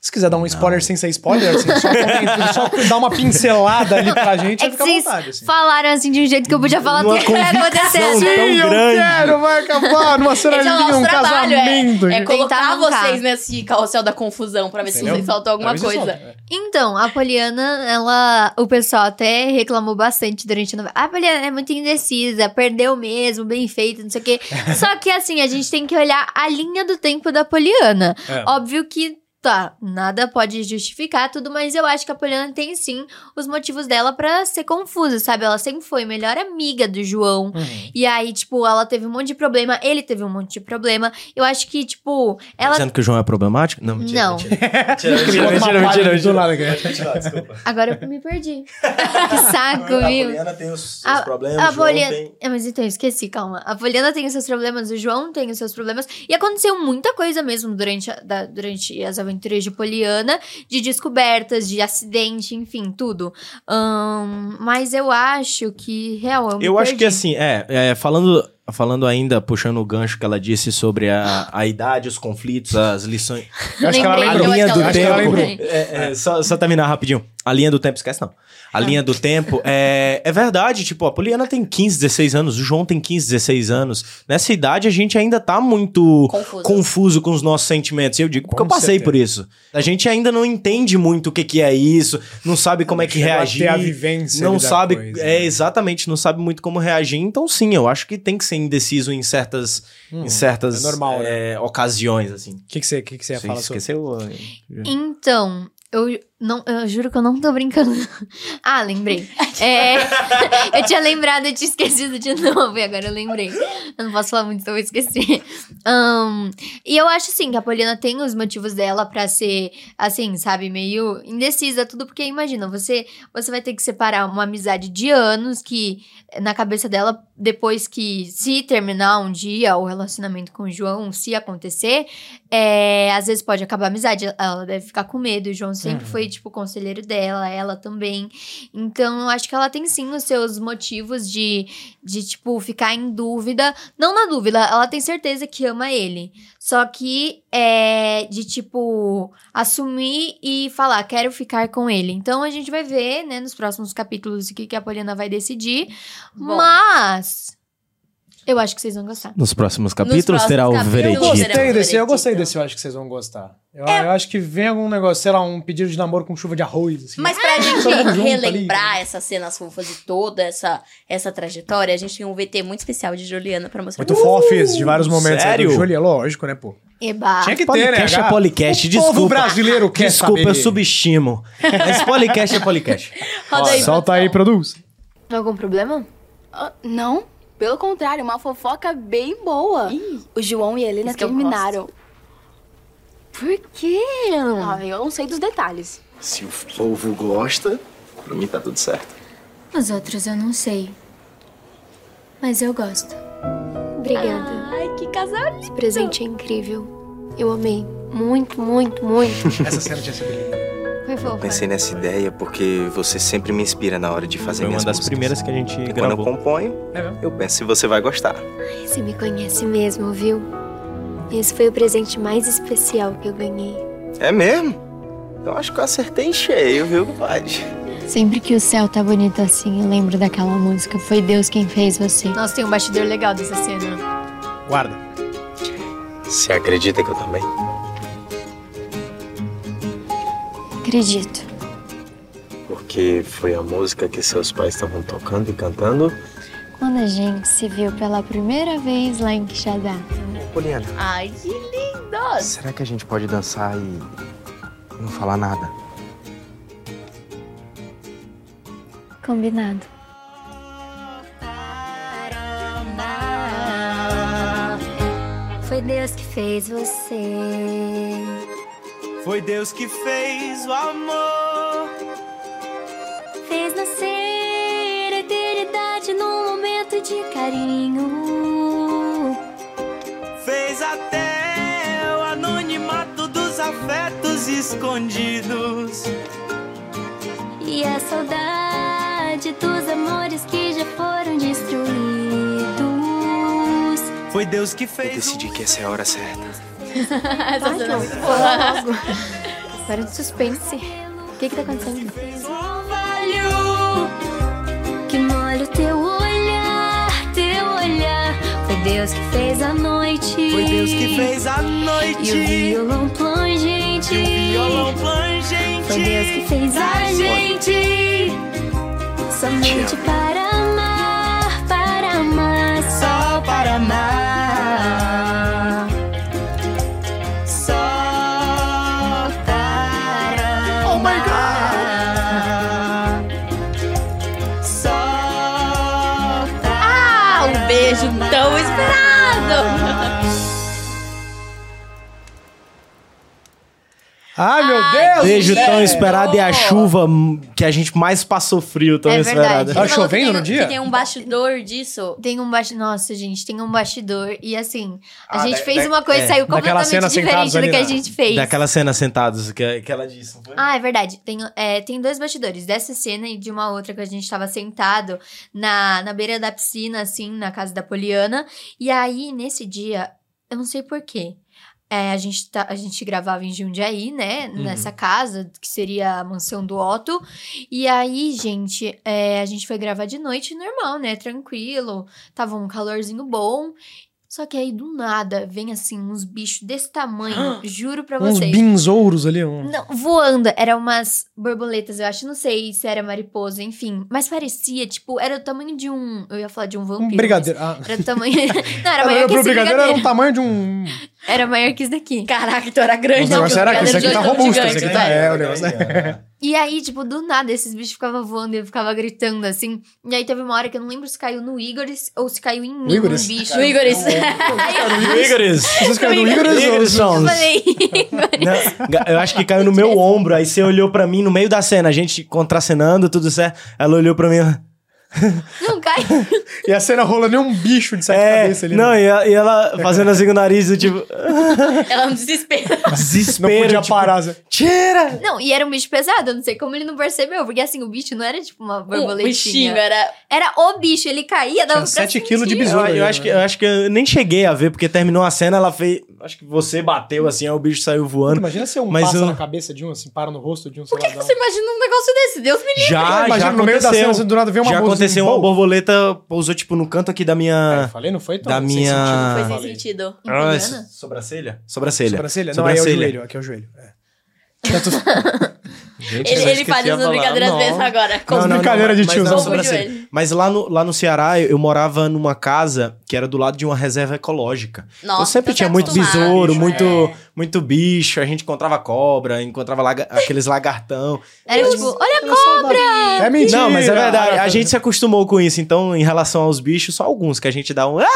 [SPEAKER 4] Se quiser dar um spoiler sem ser spoiler, assim, só, comentar, só dar uma pincelada ali pra gente,
[SPEAKER 5] É que
[SPEAKER 4] fica à
[SPEAKER 5] vocês
[SPEAKER 4] vontade. Assim.
[SPEAKER 5] falaram assim de um jeito que eu podia falar
[SPEAKER 1] Numa
[SPEAKER 5] tudo que era
[SPEAKER 1] convicção
[SPEAKER 5] acontecendo.
[SPEAKER 1] tão grande.
[SPEAKER 4] vai acabar numa cena um
[SPEAKER 3] Esse é o nosso trabalho, é, é
[SPEAKER 5] gente.
[SPEAKER 3] colocar
[SPEAKER 5] Tentar arrancar.
[SPEAKER 3] vocês nesse carrossel da confusão pra ver se
[SPEAKER 4] Entendeu?
[SPEAKER 3] vocês soltam alguma
[SPEAKER 4] Talvez vocês
[SPEAKER 3] coisa.
[SPEAKER 4] soltem, é.
[SPEAKER 5] Então, a Poliana, ela. O pessoal até reclamou bastante durante a novela. A Poliana é muito indecisa, perdeu mesmo, bem feito, não sei o quê. Só que assim, a gente tem que olhar a linha do tempo da Poliana.
[SPEAKER 4] É.
[SPEAKER 5] Óbvio que. Tá, nada pode justificar tudo, mas eu acho que a Poliana tem sim os motivos dela pra ser confusa, sabe? Ela sempre foi a melhor amiga do João.
[SPEAKER 4] Uhum.
[SPEAKER 5] E aí, tipo, ela teve um monte de problema, ele teve um monte de problema. Eu acho que, tipo, ela
[SPEAKER 1] Dizendo que o João é problemático? Não, mentira.
[SPEAKER 5] Não.
[SPEAKER 1] Mentira, mentira,
[SPEAKER 4] Ele bota uma
[SPEAKER 1] mentira,
[SPEAKER 4] palha
[SPEAKER 1] mentira,
[SPEAKER 4] do
[SPEAKER 1] mentira.
[SPEAKER 4] lado aqui.
[SPEAKER 1] Mentira, desculpa.
[SPEAKER 5] Agora eu me perdi. que saco, viu?
[SPEAKER 1] tem os
[SPEAKER 5] A-
[SPEAKER 1] problemas,
[SPEAKER 5] A Poliana. É, Mas então, eu esqueci, calma. A Poliana tem os seus problemas, o João tem os seus problemas. E aconteceu muita coisa mesmo durante, a- da- durante as aventuras de Poliana, de descobertas, de acidente, enfim, tudo. Ahn, mas eu acho que, real, eu, me
[SPEAKER 1] Eu acho
[SPEAKER 5] perdi.
[SPEAKER 1] que assim, é, é, falando, falando ainda, puxando o gancho que ela disse sobre a, a idade, os conflitos, as lições.
[SPEAKER 4] Eu acho que ela
[SPEAKER 3] Lembrei,
[SPEAKER 1] A
[SPEAKER 3] eu
[SPEAKER 4] lembrou.
[SPEAKER 1] linha
[SPEAKER 3] acho que
[SPEAKER 1] do
[SPEAKER 3] ela
[SPEAKER 1] tempo.
[SPEAKER 3] lembrou.
[SPEAKER 1] É, é, só, só terminar rapidinho. A linha do tempo, esquece não.
[SPEAKER 3] Ah.
[SPEAKER 1] A linha do tempo é, é verdade, tipo, a Poliana tem 15, 16 anos, o João tem 15, 16 anos. Nessa idade a gente ainda tá muito
[SPEAKER 3] Confuso.
[SPEAKER 1] confuso com os nossos sentimentos. Eu digo porque
[SPEAKER 4] Com
[SPEAKER 1] eu passei
[SPEAKER 4] certeza.
[SPEAKER 1] por isso. A gente ainda não entende muito o que, que é isso, não sabe como é que
[SPEAKER 4] Chegou a ter
[SPEAKER 1] reagir.
[SPEAKER 4] Tipo, a vivência
[SPEAKER 1] não
[SPEAKER 4] ali da
[SPEAKER 1] sabe,
[SPEAKER 4] coisa,
[SPEAKER 1] é
[SPEAKER 4] né?
[SPEAKER 1] exatamente, não sabe muito como reagir. Então sim, eu acho que tem que ser indeciso em certas,
[SPEAKER 4] Hum.
[SPEAKER 1] em certas
[SPEAKER 4] é normal,
[SPEAKER 1] é, ocasiões assim.
[SPEAKER 4] O que, que você, que que você ia
[SPEAKER 1] Você
[SPEAKER 4] falar sobre?
[SPEAKER 1] esqueceu?
[SPEAKER 4] É.
[SPEAKER 5] Então, eu, não, eu juro que eu não tô brincando. ah, lembrei. É, eu tinha lembrado, eu tinha esquecido de novo, e agora eu lembrei. Eu não posso falar muito, então eu esqueci. Ahn, e eu acho, assim, que a Poliana tem os motivos dela pra ser, assim, sabe, meio indecisa, tudo, porque imagina, você, você vai ter que separar uma amizade de anos que, eh, na cabeça dela, depois que se terminar um dia o relacionamento com o João, se acontecer, é, às vezes pode acabar a amizade, ela deve ficar com medo. O João sempre foi, tipo, conselheiro dela, ela também. Então, eu acho que ela tem sim os seus motivos de, de, tipo, ficar em dúvida. Não na dúvida, ela tem certeza que ama ele. Só que é de, tipo, assumir e falar, quero ficar com ele. Então, a gente vai ver, né, nos próximos capítulos o que, que a Poliana vai decidir.
[SPEAKER 3] Bom.
[SPEAKER 5] Mas. Eu acho que vocês vão gostar.
[SPEAKER 1] Nos próximos
[SPEAKER 3] capítulos
[SPEAKER 1] capítulos
[SPEAKER 3] próximos
[SPEAKER 1] terá
[SPEAKER 3] terá o
[SPEAKER 1] o
[SPEAKER 3] capítulos-
[SPEAKER 4] Eu
[SPEAKER 3] veredito.
[SPEAKER 1] veredito.
[SPEAKER 3] Mentira,
[SPEAKER 4] gostei
[SPEAKER 3] não,
[SPEAKER 4] desse, eu
[SPEAKER 3] veredito.
[SPEAKER 4] gostei desse, eu acho que vocês vão gostar. Eu,
[SPEAKER 5] É.
[SPEAKER 4] eu acho que vem algum negócio, sei lá, um pedido de namoro com chuva de arroz. Assim.
[SPEAKER 3] Mas pra
[SPEAKER 4] Todo
[SPEAKER 3] gente
[SPEAKER 4] junto
[SPEAKER 3] relembrar
[SPEAKER 4] ali.
[SPEAKER 3] essas cenas fofas e toda essa, essa trajetória, a gente tem um VT muito especial de Juliana pra mostrar. Uh!
[SPEAKER 4] Muito fofes de vários momentos aí
[SPEAKER 1] Uh, sério?
[SPEAKER 4] do Julia, lógico, né, pô?
[SPEAKER 5] Eba.
[SPEAKER 4] Tinha que ter, né?
[SPEAKER 1] Podcast é
[SPEAKER 4] H?
[SPEAKER 1] podcast,
[SPEAKER 4] o
[SPEAKER 1] desculpa.
[SPEAKER 4] povo brasileiro quer
[SPEAKER 1] Desculpa,
[SPEAKER 4] saber.
[SPEAKER 1] eu subestimo. Mas podcast é podcast.
[SPEAKER 3] Roda aí,
[SPEAKER 4] Solta aí, produz.
[SPEAKER 5] Algum problema?
[SPEAKER 6] Ah, não, pelo contrário, é uma fofoca bem boa. o João e a Helena
[SPEAKER 3] isso que eu
[SPEAKER 6] terminaram.
[SPEAKER 5] Por quê?
[SPEAKER 6] Ah, eu não sei dos detalhes.
[SPEAKER 7] Se o povo gosta, pra mim tá tudo certo.
[SPEAKER 5] Os outros eu não sei. Mas eu gosto.
[SPEAKER 8] Obrigada.
[SPEAKER 3] Ai, que casal lindo.
[SPEAKER 8] Esse presente é incrível. Eu amei. Muito, muito, muito.
[SPEAKER 4] Essa cena tinha sido linda.
[SPEAKER 5] Foi fofo.
[SPEAKER 7] Pensei nessa ideia porque você sempre me inspira na hora de fazer
[SPEAKER 1] Foi uma
[SPEAKER 7] minhas
[SPEAKER 1] das
[SPEAKER 7] músicas.
[SPEAKER 1] primeiras que a gente
[SPEAKER 7] E quando eu
[SPEAKER 1] gravou.
[SPEAKER 7] componho,
[SPEAKER 4] É mesmo?
[SPEAKER 7] eu penso se você vai gostar.
[SPEAKER 8] Você me conhece mesmo, viu? Esse foi o presente mais especial que eu ganhei.
[SPEAKER 7] É mesmo? Então acho que eu acertei em cheio, viu, compadre?
[SPEAKER 8] Sempre que o céu tá bonito assim, eu lembro daquela música. Foi Deus quem fez você.
[SPEAKER 5] Nossa, tem um bastidor legal dessa cena.
[SPEAKER 4] Guarda.
[SPEAKER 7] Você acredita que eu também?
[SPEAKER 8] Acredito.
[SPEAKER 7] Porque foi a música que seus pais estavam tocando e cantando.
[SPEAKER 8] Quando a gente se viu pela primeira vez lá em Quixadá.
[SPEAKER 7] Poliana,
[SPEAKER 3] Ai, que lindo.
[SPEAKER 7] será que a gente pode dançar e não falar nada?
[SPEAKER 8] Combinado. Foi Deus que fez você.
[SPEAKER 1] Foi Deus que fez o amor.
[SPEAKER 8] Fez nascer a eternidade num momento de carinho.
[SPEAKER 2] Fez até o anonimato dos afetos escondidos.
[SPEAKER 8] E a saudade dos amores que já foram destruídos.
[SPEAKER 1] Foi Deus que
[SPEAKER 7] Eu decidi que essa é a hora certa.
[SPEAKER 3] Essa cena é muito
[SPEAKER 8] Logo. Para de suspense. O que que tá acontecendo?
[SPEAKER 2] um
[SPEAKER 9] que molha o teu olhar, teu olhar. Foi Deus que fez a noite.
[SPEAKER 2] Foi Deus que fez a
[SPEAKER 9] E o
[SPEAKER 2] noite.
[SPEAKER 9] violão plangente.
[SPEAKER 2] E o violão plangente.
[SPEAKER 9] Foi Deus que fez a gente. Somente para amar, para amar, só para amar. Só para
[SPEAKER 2] Oh my God!
[SPEAKER 9] amar. Só para
[SPEAKER 3] Ah, um beijo tão esperado!
[SPEAKER 4] Ai, meu Deus! do
[SPEAKER 1] Beijo
[SPEAKER 4] céu!
[SPEAKER 1] tão esperado e a chuva hum, que a gente mais passou frio tão
[SPEAKER 5] É verdade.
[SPEAKER 1] esperada.
[SPEAKER 4] Tá
[SPEAKER 3] Ele falou que
[SPEAKER 4] chovendo
[SPEAKER 3] tem-
[SPEAKER 4] no dia?
[SPEAKER 3] Que tem um bastidor disso.
[SPEAKER 5] Tem um bastidor. Nossa, gente, tem um bastidor. E assim, a
[SPEAKER 4] Ah,
[SPEAKER 5] gente
[SPEAKER 4] da-
[SPEAKER 5] fez
[SPEAKER 4] da-
[SPEAKER 5] uma coisa e
[SPEAKER 1] é,
[SPEAKER 5] saiu
[SPEAKER 4] daquela
[SPEAKER 5] completamente
[SPEAKER 4] cena
[SPEAKER 5] diferente
[SPEAKER 4] sentados
[SPEAKER 5] do
[SPEAKER 4] ali
[SPEAKER 5] que a
[SPEAKER 4] na-
[SPEAKER 5] gente fez.
[SPEAKER 1] Daquela cena sentados que, que ela disse, não foi?
[SPEAKER 5] É Ah, é verdade. Tem, é, tem dois bastidores, dessa cena e de uma outra que a gente tava sentado na, na beira da piscina, assim, na casa da Poliana. E aí, nesse dia, eu não sei porquê. É, a, gente tá- a gente gravava em Jundiaí, né?
[SPEAKER 1] Uhum.
[SPEAKER 5] Nessa casa, que seria a mansão do Otto. E aí, gente, é, a gente foi gravar de noite normal, né? Tranquilo. Tava um calorzinho bom. Só que aí, do nada, vem assim, uns bichos desse tamanho. juro pra
[SPEAKER 4] Uns
[SPEAKER 5] vocês.
[SPEAKER 4] binzouros ali. Um...
[SPEAKER 5] Não, voando. Eram umas borboletas, eu acho. Não sei se era mariposa, enfim. Mas parecia, tipo, era o tamanho de um. Eu ia falar de um vampiro.
[SPEAKER 4] Um
[SPEAKER 5] mas
[SPEAKER 4] brigadeiro. Ah.
[SPEAKER 5] Era o tamanho. não, era
[SPEAKER 4] Era,
[SPEAKER 5] maior que
[SPEAKER 4] pro
[SPEAKER 5] esse
[SPEAKER 4] brigadeiro era
[SPEAKER 5] brigadeiro.
[SPEAKER 4] um tamanho de um.
[SPEAKER 5] Era maior que esse daqui.
[SPEAKER 3] Caraca, então era grande.
[SPEAKER 4] Os
[SPEAKER 3] não,
[SPEAKER 4] negócios
[SPEAKER 3] porque
[SPEAKER 4] era
[SPEAKER 3] o
[SPEAKER 4] que esse aqui tá
[SPEAKER 3] brigadeiro de hoje é tão
[SPEAKER 4] robusto,
[SPEAKER 3] gigante,
[SPEAKER 4] esse aqui tá.
[SPEAKER 3] né?
[SPEAKER 4] É, o negócio é.
[SPEAKER 5] E aí, tipo, do nada, esses bichos ficavam voando e eu ficava gritando assim. E aí teve uma hora que eu não lembro se caiu no Igoris ou se caiu em mim um
[SPEAKER 4] Ígoris?
[SPEAKER 5] bicho.
[SPEAKER 3] No Igoris.
[SPEAKER 1] Ígoris!
[SPEAKER 4] Vocês querem do
[SPEAKER 1] Ígoris
[SPEAKER 4] Igor
[SPEAKER 5] Eu
[SPEAKER 1] Sons.
[SPEAKER 5] falei,
[SPEAKER 1] Não, Né? ga- eu acho que caiu no meu ombro, aí você olhou pra mim no meio da cena, a gente contracenando, tudo certo. Ela olhou pra mim.
[SPEAKER 5] não cai.
[SPEAKER 4] E a cena rolando é um bicho de sete
[SPEAKER 1] É,
[SPEAKER 4] cabeças ali.
[SPEAKER 1] não,
[SPEAKER 4] né?
[SPEAKER 1] e ela, e ela fazendo assim com o nariz, do tipo,
[SPEAKER 3] Ela não desespera.
[SPEAKER 1] desespero.
[SPEAKER 4] não podia
[SPEAKER 1] tipo,
[SPEAKER 4] parar. Zé.
[SPEAKER 1] Tira!
[SPEAKER 5] Não, e era um bicho pesado, eu não sei como ele não percebeu. Porque assim, o bicho não era tipo uma
[SPEAKER 3] Um
[SPEAKER 5] borboletinha.
[SPEAKER 3] bichinho, era...
[SPEAKER 5] Era o bicho, ele caía, dava
[SPEAKER 4] Tinha
[SPEAKER 5] pra
[SPEAKER 4] 7 quilos de
[SPEAKER 5] sentir.
[SPEAKER 1] Eu,
[SPEAKER 4] besouro. ali,
[SPEAKER 1] eu acho
[SPEAKER 4] né?
[SPEAKER 1] que, eu acho que eu nem cheguei a ver, porque terminou a cena, ela fez. Acho que você bateu assim, aí o bicho saiu voando.
[SPEAKER 4] Imagina se um
[SPEAKER 1] Mas
[SPEAKER 4] passa
[SPEAKER 1] eu-
[SPEAKER 4] na cabeça de um, assim, para no rosto de um. Por
[SPEAKER 3] Você imagina um negócio desse? Deus me
[SPEAKER 1] Já,
[SPEAKER 4] Imagina
[SPEAKER 1] já
[SPEAKER 4] no meio da
[SPEAKER 1] aconteceu.
[SPEAKER 4] cena, do nada vem uma
[SPEAKER 1] já
[SPEAKER 4] mãozinha,
[SPEAKER 1] aconteceu uma assim,
[SPEAKER 4] bom.
[SPEAKER 1] borboleta pousou tipo no canto aqui da
[SPEAKER 3] É,
[SPEAKER 1] minha Ah,
[SPEAKER 4] Falei, não foi? Então,
[SPEAKER 1] Da
[SPEAKER 4] sem
[SPEAKER 1] minha-
[SPEAKER 4] sentido,
[SPEAKER 1] Foi
[SPEAKER 3] Foi
[SPEAKER 1] sem
[SPEAKER 3] sem
[SPEAKER 4] falei.
[SPEAKER 3] sentido.
[SPEAKER 5] Em Poliana?
[SPEAKER 1] Ah, sobrancelha, sobrancelha.
[SPEAKER 4] Sobrancelha? Não, aí é o
[SPEAKER 1] Sobrancelha.
[SPEAKER 4] joelho. Aqui é o joelho. É. Tanto-
[SPEAKER 1] Gente, eu
[SPEAKER 3] Ele,
[SPEAKER 1] já
[SPEAKER 3] ele faz
[SPEAKER 1] esqueci a
[SPEAKER 3] essas
[SPEAKER 1] palavra.
[SPEAKER 3] brincadeiras
[SPEAKER 1] Não.
[SPEAKER 3] mesmo agora.
[SPEAKER 4] Com as brincadeiras de
[SPEAKER 1] mas
[SPEAKER 4] tiozão.
[SPEAKER 1] não,
[SPEAKER 3] Bobo
[SPEAKER 1] sobrancelha.
[SPEAKER 3] de joelho.
[SPEAKER 1] Mas lá no, lá no Ceará, eu, eu morava numa casa que era do lado de uma reserva ecológica.
[SPEAKER 3] Nossa,
[SPEAKER 1] eu sempre
[SPEAKER 3] então
[SPEAKER 1] tinha
[SPEAKER 3] tá
[SPEAKER 1] muito
[SPEAKER 3] acostumado,
[SPEAKER 1] besouro,
[SPEAKER 3] né?
[SPEAKER 1] muito,
[SPEAKER 4] é.
[SPEAKER 1] muito bicho. A gente encontrava cobra, encontrava laga- aqueles lagartão.
[SPEAKER 5] Era tipo, olha
[SPEAKER 4] Eu sou da- É mentira!
[SPEAKER 1] Não, mas é verdade. A gente se acostumou com isso. Então, em relação aos bichos, só alguns que a gente dá um... "Ai!"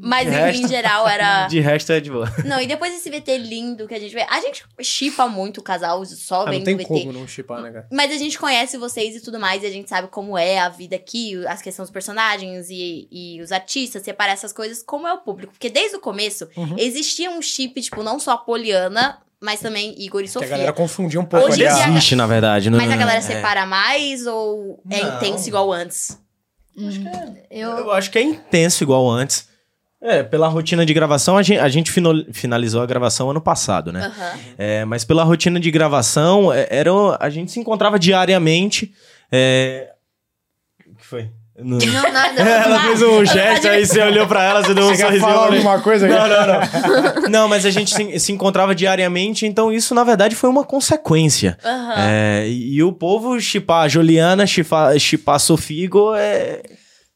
[SPEAKER 3] Mas
[SPEAKER 1] De
[SPEAKER 3] em,
[SPEAKER 1] resto-
[SPEAKER 3] em geral era.
[SPEAKER 1] De resto, é de boa.
[SPEAKER 3] Não, e depois esse VT lindo que a gente vê. A gente chipa muito o casal, só
[SPEAKER 4] Ah,
[SPEAKER 3] vem
[SPEAKER 4] não
[SPEAKER 3] do
[SPEAKER 4] tem
[SPEAKER 3] VT.
[SPEAKER 4] como não chipar, né, cara?
[SPEAKER 3] Mas a gente conhece vocês e tudo mais, e a gente sabe como é a vida aqui, as questões dos personagens e, e os artistas, separar essas coisas, como é o público. Porque desde o começo
[SPEAKER 4] Uhum.
[SPEAKER 3] existia um chip, tipo, não só a Poliana, mas também Igor e
[SPEAKER 4] Que a
[SPEAKER 3] Sofia.
[SPEAKER 4] galera confundia um pouco
[SPEAKER 3] Hoje
[SPEAKER 4] ali.
[SPEAKER 3] em dia-
[SPEAKER 4] a-
[SPEAKER 1] existe, na verdade. Não,
[SPEAKER 3] Mas a galera
[SPEAKER 1] é.
[SPEAKER 3] separa mais ou é
[SPEAKER 1] Não.
[SPEAKER 3] intenso igual antes?
[SPEAKER 5] Eu...
[SPEAKER 1] Eu acho que é intenso igual antes. É, pela rotina de gravação, a gente, a gente fino- finalizou a gravação ano passado, né?
[SPEAKER 3] Aham.
[SPEAKER 1] É, mas pela rotina de gravação, é, era, o- a gente se encontrava diariamente. é, O que foi? Não-
[SPEAKER 5] Não, nada.
[SPEAKER 1] Ela fez um gesto, aí você olhou pra ela, você deu um
[SPEAKER 4] Você quer
[SPEAKER 1] sorrisinho.
[SPEAKER 4] falar
[SPEAKER 1] olhei-
[SPEAKER 4] alguma coisa?
[SPEAKER 1] Não,
[SPEAKER 4] cara?
[SPEAKER 1] não, não. Não, mas a gente se, se encontrava diariamente, então isso, na verdade, foi uma consequência.
[SPEAKER 3] Aham.
[SPEAKER 1] É, e, e o povo chipar a Juliana, chipar, chipar a Sofigo é...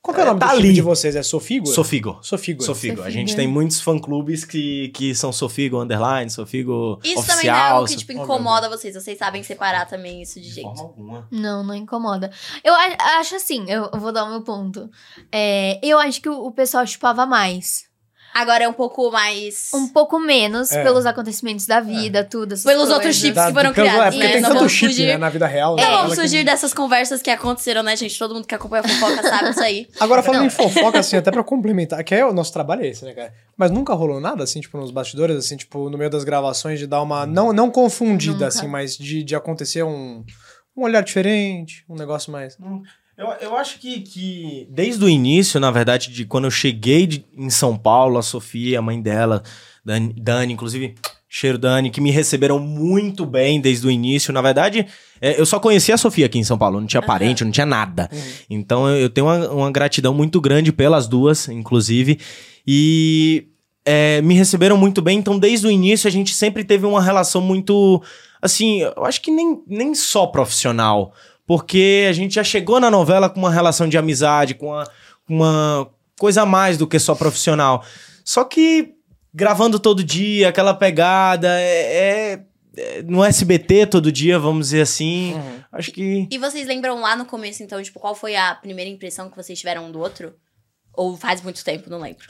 [SPEAKER 4] Qual que é o nome
[SPEAKER 1] Tá
[SPEAKER 4] do time
[SPEAKER 1] ali.
[SPEAKER 4] de vocês? É Sofigo?
[SPEAKER 1] Sofigo.
[SPEAKER 4] Sofigo.
[SPEAKER 1] Sofigo. A gente tem muitos fã-clubes que, que são Sofigo Underline, Sofigo
[SPEAKER 3] Isso
[SPEAKER 1] Oficial.
[SPEAKER 3] também não é algo que,
[SPEAKER 1] Sof-
[SPEAKER 3] tipo, incomoda vocês. Vocês sabem separar também isso de
[SPEAKER 1] De forma
[SPEAKER 3] jeito.
[SPEAKER 1] alguma.
[SPEAKER 5] Não, não incomoda. Eu a- acho assim, eu eu vou dar o meu ponto. É, eu acho que o, o pessoal chupava mais.
[SPEAKER 3] Agora é um pouco mais...
[SPEAKER 5] Um pouco menos
[SPEAKER 4] É.
[SPEAKER 5] pelos acontecimentos da
[SPEAKER 1] É.
[SPEAKER 5] vida, tudo. essas
[SPEAKER 3] Pelos outros
[SPEAKER 5] coisas.
[SPEAKER 3] chips que foram
[SPEAKER 4] pelo- É
[SPEAKER 3] criados,
[SPEAKER 4] porque
[SPEAKER 3] né?
[SPEAKER 4] tem
[SPEAKER 3] Não
[SPEAKER 4] tanto
[SPEAKER 3] vamos
[SPEAKER 4] chip,
[SPEAKER 3] fugir.
[SPEAKER 4] né, na vida real.
[SPEAKER 3] Não
[SPEAKER 4] né?
[SPEAKER 3] vamos
[SPEAKER 4] Ela
[SPEAKER 3] fugir
[SPEAKER 4] que-
[SPEAKER 3] dessas conversas que aconteceram, né, gente? Todo mundo que acompanha a fofoca sabe isso aí.
[SPEAKER 4] Agora, falando em fofoca, assim, até pra complementar, que é o nosso trabalho é esse, né, cara? Mas nunca rolou nada, assim, tipo, nos bastidores, assim, tipo, no meio das gravações, de dar uma. Não, não confundida,
[SPEAKER 5] Nunca.
[SPEAKER 4] assim, mas de, de acontecer um, um olhar diferente, um negócio mais.
[SPEAKER 1] Eu, eu acho que, que desde o início, na verdade, de quando eu cheguei de- em São Paulo, a Sofia, a mãe dela, Dani, Dani inclusive, Cheiro Dani, que me receberam muito bem desde o início. Na verdade, é, eu só conhecia a Sofia aqui em São Paulo, não tinha parente, não tinha nada. Então eu eu tenho uma, uma gratidão muito grande pelas duas, inclusive. E é, me receberam muito bem, então desde o início a gente sempre teve uma relação muito. Assim, eu acho que nem, nem só profissional. Porque a gente já chegou na novela com uma relação de amizade, com uma, uma coisa a mais do que só profissional. Só que gravando todo dia, aquela pegada, é. é- é no SBT todo dia, vamos dizer assim. Acho que.
[SPEAKER 3] E vocês lembram lá no começo, então, tipo, qual foi a primeira impressão que vocês tiveram um do outro? Ou faz muito tempo, não lembro.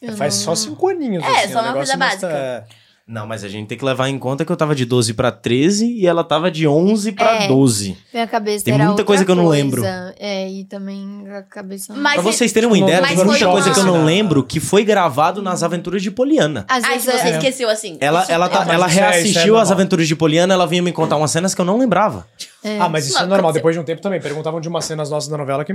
[SPEAKER 4] É, Faz só cinco aninhos.
[SPEAKER 3] É,
[SPEAKER 4] assim,
[SPEAKER 3] só
[SPEAKER 4] o
[SPEAKER 3] uma
[SPEAKER 4] negócio
[SPEAKER 3] coisa
[SPEAKER 4] não
[SPEAKER 3] básica.
[SPEAKER 4] tá-
[SPEAKER 1] Não, mas a gente tem que levar em conta que eu tava de 12 pra 13 e ela tava de 11 pra
[SPEAKER 5] É.
[SPEAKER 1] 12.
[SPEAKER 5] Minha cabeça
[SPEAKER 1] Tem
[SPEAKER 5] era
[SPEAKER 1] muita
[SPEAKER 5] outra
[SPEAKER 1] coisa que eu não lembro.
[SPEAKER 5] É, e também a
[SPEAKER 4] Ah.
[SPEAKER 5] cabeça...
[SPEAKER 3] Mas-
[SPEAKER 1] Pra
[SPEAKER 3] é-
[SPEAKER 1] vocês terem uma
[SPEAKER 4] Não,
[SPEAKER 1] ideia,
[SPEAKER 3] mas
[SPEAKER 1] tem
[SPEAKER 3] foi
[SPEAKER 1] muita
[SPEAKER 3] uma-
[SPEAKER 1] coisa que eu não lembro que foi gravado nas Aventuras de Poliana.
[SPEAKER 5] Às
[SPEAKER 3] Ah,
[SPEAKER 5] vezes
[SPEAKER 3] se você
[SPEAKER 4] é.
[SPEAKER 5] eu-
[SPEAKER 3] esqueceu, assim.
[SPEAKER 1] Ela,
[SPEAKER 3] isso-
[SPEAKER 1] ela, tá-
[SPEAKER 3] Ah, mas
[SPEAKER 1] ela
[SPEAKER 4] isso é- isso é
[SPEAKER 1] reassistiu
[SPEAKER 4] normal.
[SPEAKER 1] As Aventuras de Poliana, ela vinha me contar umas cenas que eu não lembrava.
[SPEAKER 4] Ah, mas isso
[SPEAKER 3] Não,
[SPEAKER 4] é normal.
[SPEAKER 3] aconteceu.
[SPEAKER 4] Depois de um tempo também. Perguntavam de umas cenas nossas da novela que.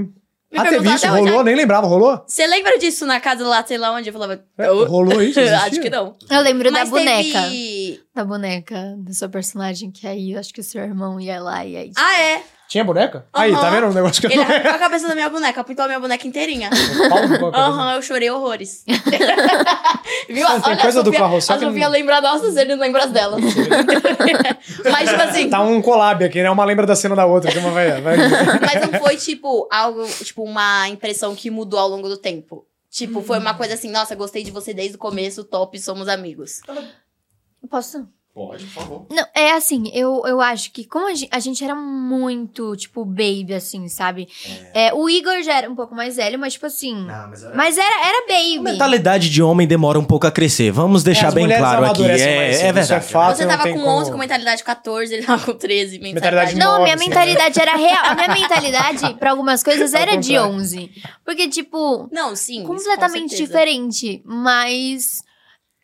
[SPEAKER 3] Me
[SPEAKER 4] Ah, teve
[SPEAKER 3] perguntaram
[SPEAKER 4] isso?
[SPEAKER 3] até hoje,
[SPEAKER 4] Rolou?
[SPEAKER 3] ah,
[SPEAKER 4] Nem lembrava. Rolou?
[SPEAKER 3] Você lembra disso na casa lá, sei lá onde? Eu falava.
[SPEAKER 4] É,
[SPEAKER 3] "Oh".
[SPEAKER 4] rolou isso?
[SPEAKER 3] Acho
[SPEAKER 4] Existia?
[SPEAKER 3] que não.
[SPEAKER 5] Eu lembro
[SPEAKER 3] Mas
[SPEAKER 5] da boneca.
[SPEAKER 3] teve-
[SPEAKER 5] Da boneca, da sua personagem, que aí eu acho que o seu irmão ia lá e aí...
[SPEAKER 3] Ah, é.
[SPEAKER 4] Tinha boneca? Aí, tá
[SPEAKER 3] Aham.
[SPEAKER 4] vendo o negócio que eu
[SPEAKER 3] Ele
[SPEAKER 4] não
[SPEAKER 3] arrancou a cabeça da minha boneca, pintou a minha boneca inteirinha.
[SPEAKER 4] Paulo ficou com a cabeça.
[SPEAKER 3] Aham, eu chorei horrores. Viu?
[SPEAKER 4] Não, tem
[SPEAKER 3] Olha
[SPEAKER 4] coisa
[SPEAKER 3] a
[SPEAKER 4] do
[SPEAKER 3] Sofia,
[SPEAKER 4] carrossel
[SPEAKER 3] A
[SPEAKER 4] que não-
[SPEAKER 3] Sofia lembra nossas, ele não lembra as delas. Mas, tipo assim,
[SPEAKER 4] Tá um collab aqui, né? Uma lembra da cena da outra. que uma vai, vai...
[SPEAKER 3] mas não foi, tipo, algo, tipo, uma impressão que mudou ao longo do tempo. Tipo, foi uma coisa assim, nossa, gostei de você desde o começo, top, somos amigos.
[SPEAKER 5] Posso?
[SPEAKER 1] Pode, por favor.
[SPEAKER 5] Não, é assim, eu, eu acho que como a gen- a gente, era muito, tipo, baby, assim, sabe? É, o Igor já era um pouco mais velho, mas, tipo assim...
[SPEAKER 1] mas
[SPEAKER 5] Mas era, era baby.
[SPEAKER 1] A mentalidade de homem demora um pouco a crescer. Vamos deixar
[SPEAKER 4] As
[SPEAKER 1] bem
[SPEAKER 4] mulheres
[SPEAKER 1] claro aqui.
[SPEAKER 4] amadurecem
[SPEAKER 1] É,
[SPEAKER 4] mais cedo,
[SPEAKER 1] é
[SPEAKER 4] isso é
[SPEAKER 1] verdade.
[SPEAKER 4] fato. Ah,
[SPEAKER 3] você
[SPEAKER 4] não
[SPEAKER 3] tava
[SPEAKER 4] tem
[SPEAKER 3] com então,
[SPEAKER 4] como-
[SPEAKER 3] 11, com mentalidade 14, ele tava com 13, mentalidade.
[SPEAKER 4] Mentalidade
[SPEAKER 3] Não,
[SPEAKER 5] Não, a minha
[SPEAKER 4] Nossa.
[SPEAKER 5] mentalidade era real. A minha mentalidade, pra algumas coisas,
[SPEAKER 4] Ao
[SPEAKER 5] era de
[SPEAKER 4] contrário.
[SPEAKER 5] 11. Porque, tipo,
[SPEAKER 3] não, sim. isso, com
[SPEAKER 5] completamente
[SPEAKER 3] certeza.
[SPEAKER 5] diferente. Mas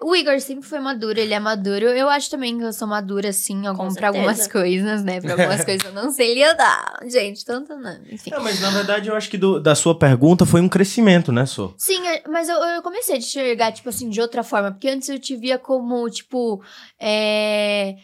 [SPEAKER 5] o Igor sempre foi maduro, ele é maduro. Eu acho também que eu sou madura, assim, algum, pra
[SPEAKER 3] certeza.
[SPEAKER 5] algumas coisas, né? Pra algumas coisas eu não sei lidar. Gente, tanto não. Enfim.
[SPEAKER 1] É, mas na verdade eu acho que do- da sua pergunta foi um crescimento, né, Sô?
[SPEAKER 5] Sim, eu- mas eu, eu comecei a te enxergar, tipo assim, de outra forma. Porque antes eu te via como, tipo, é...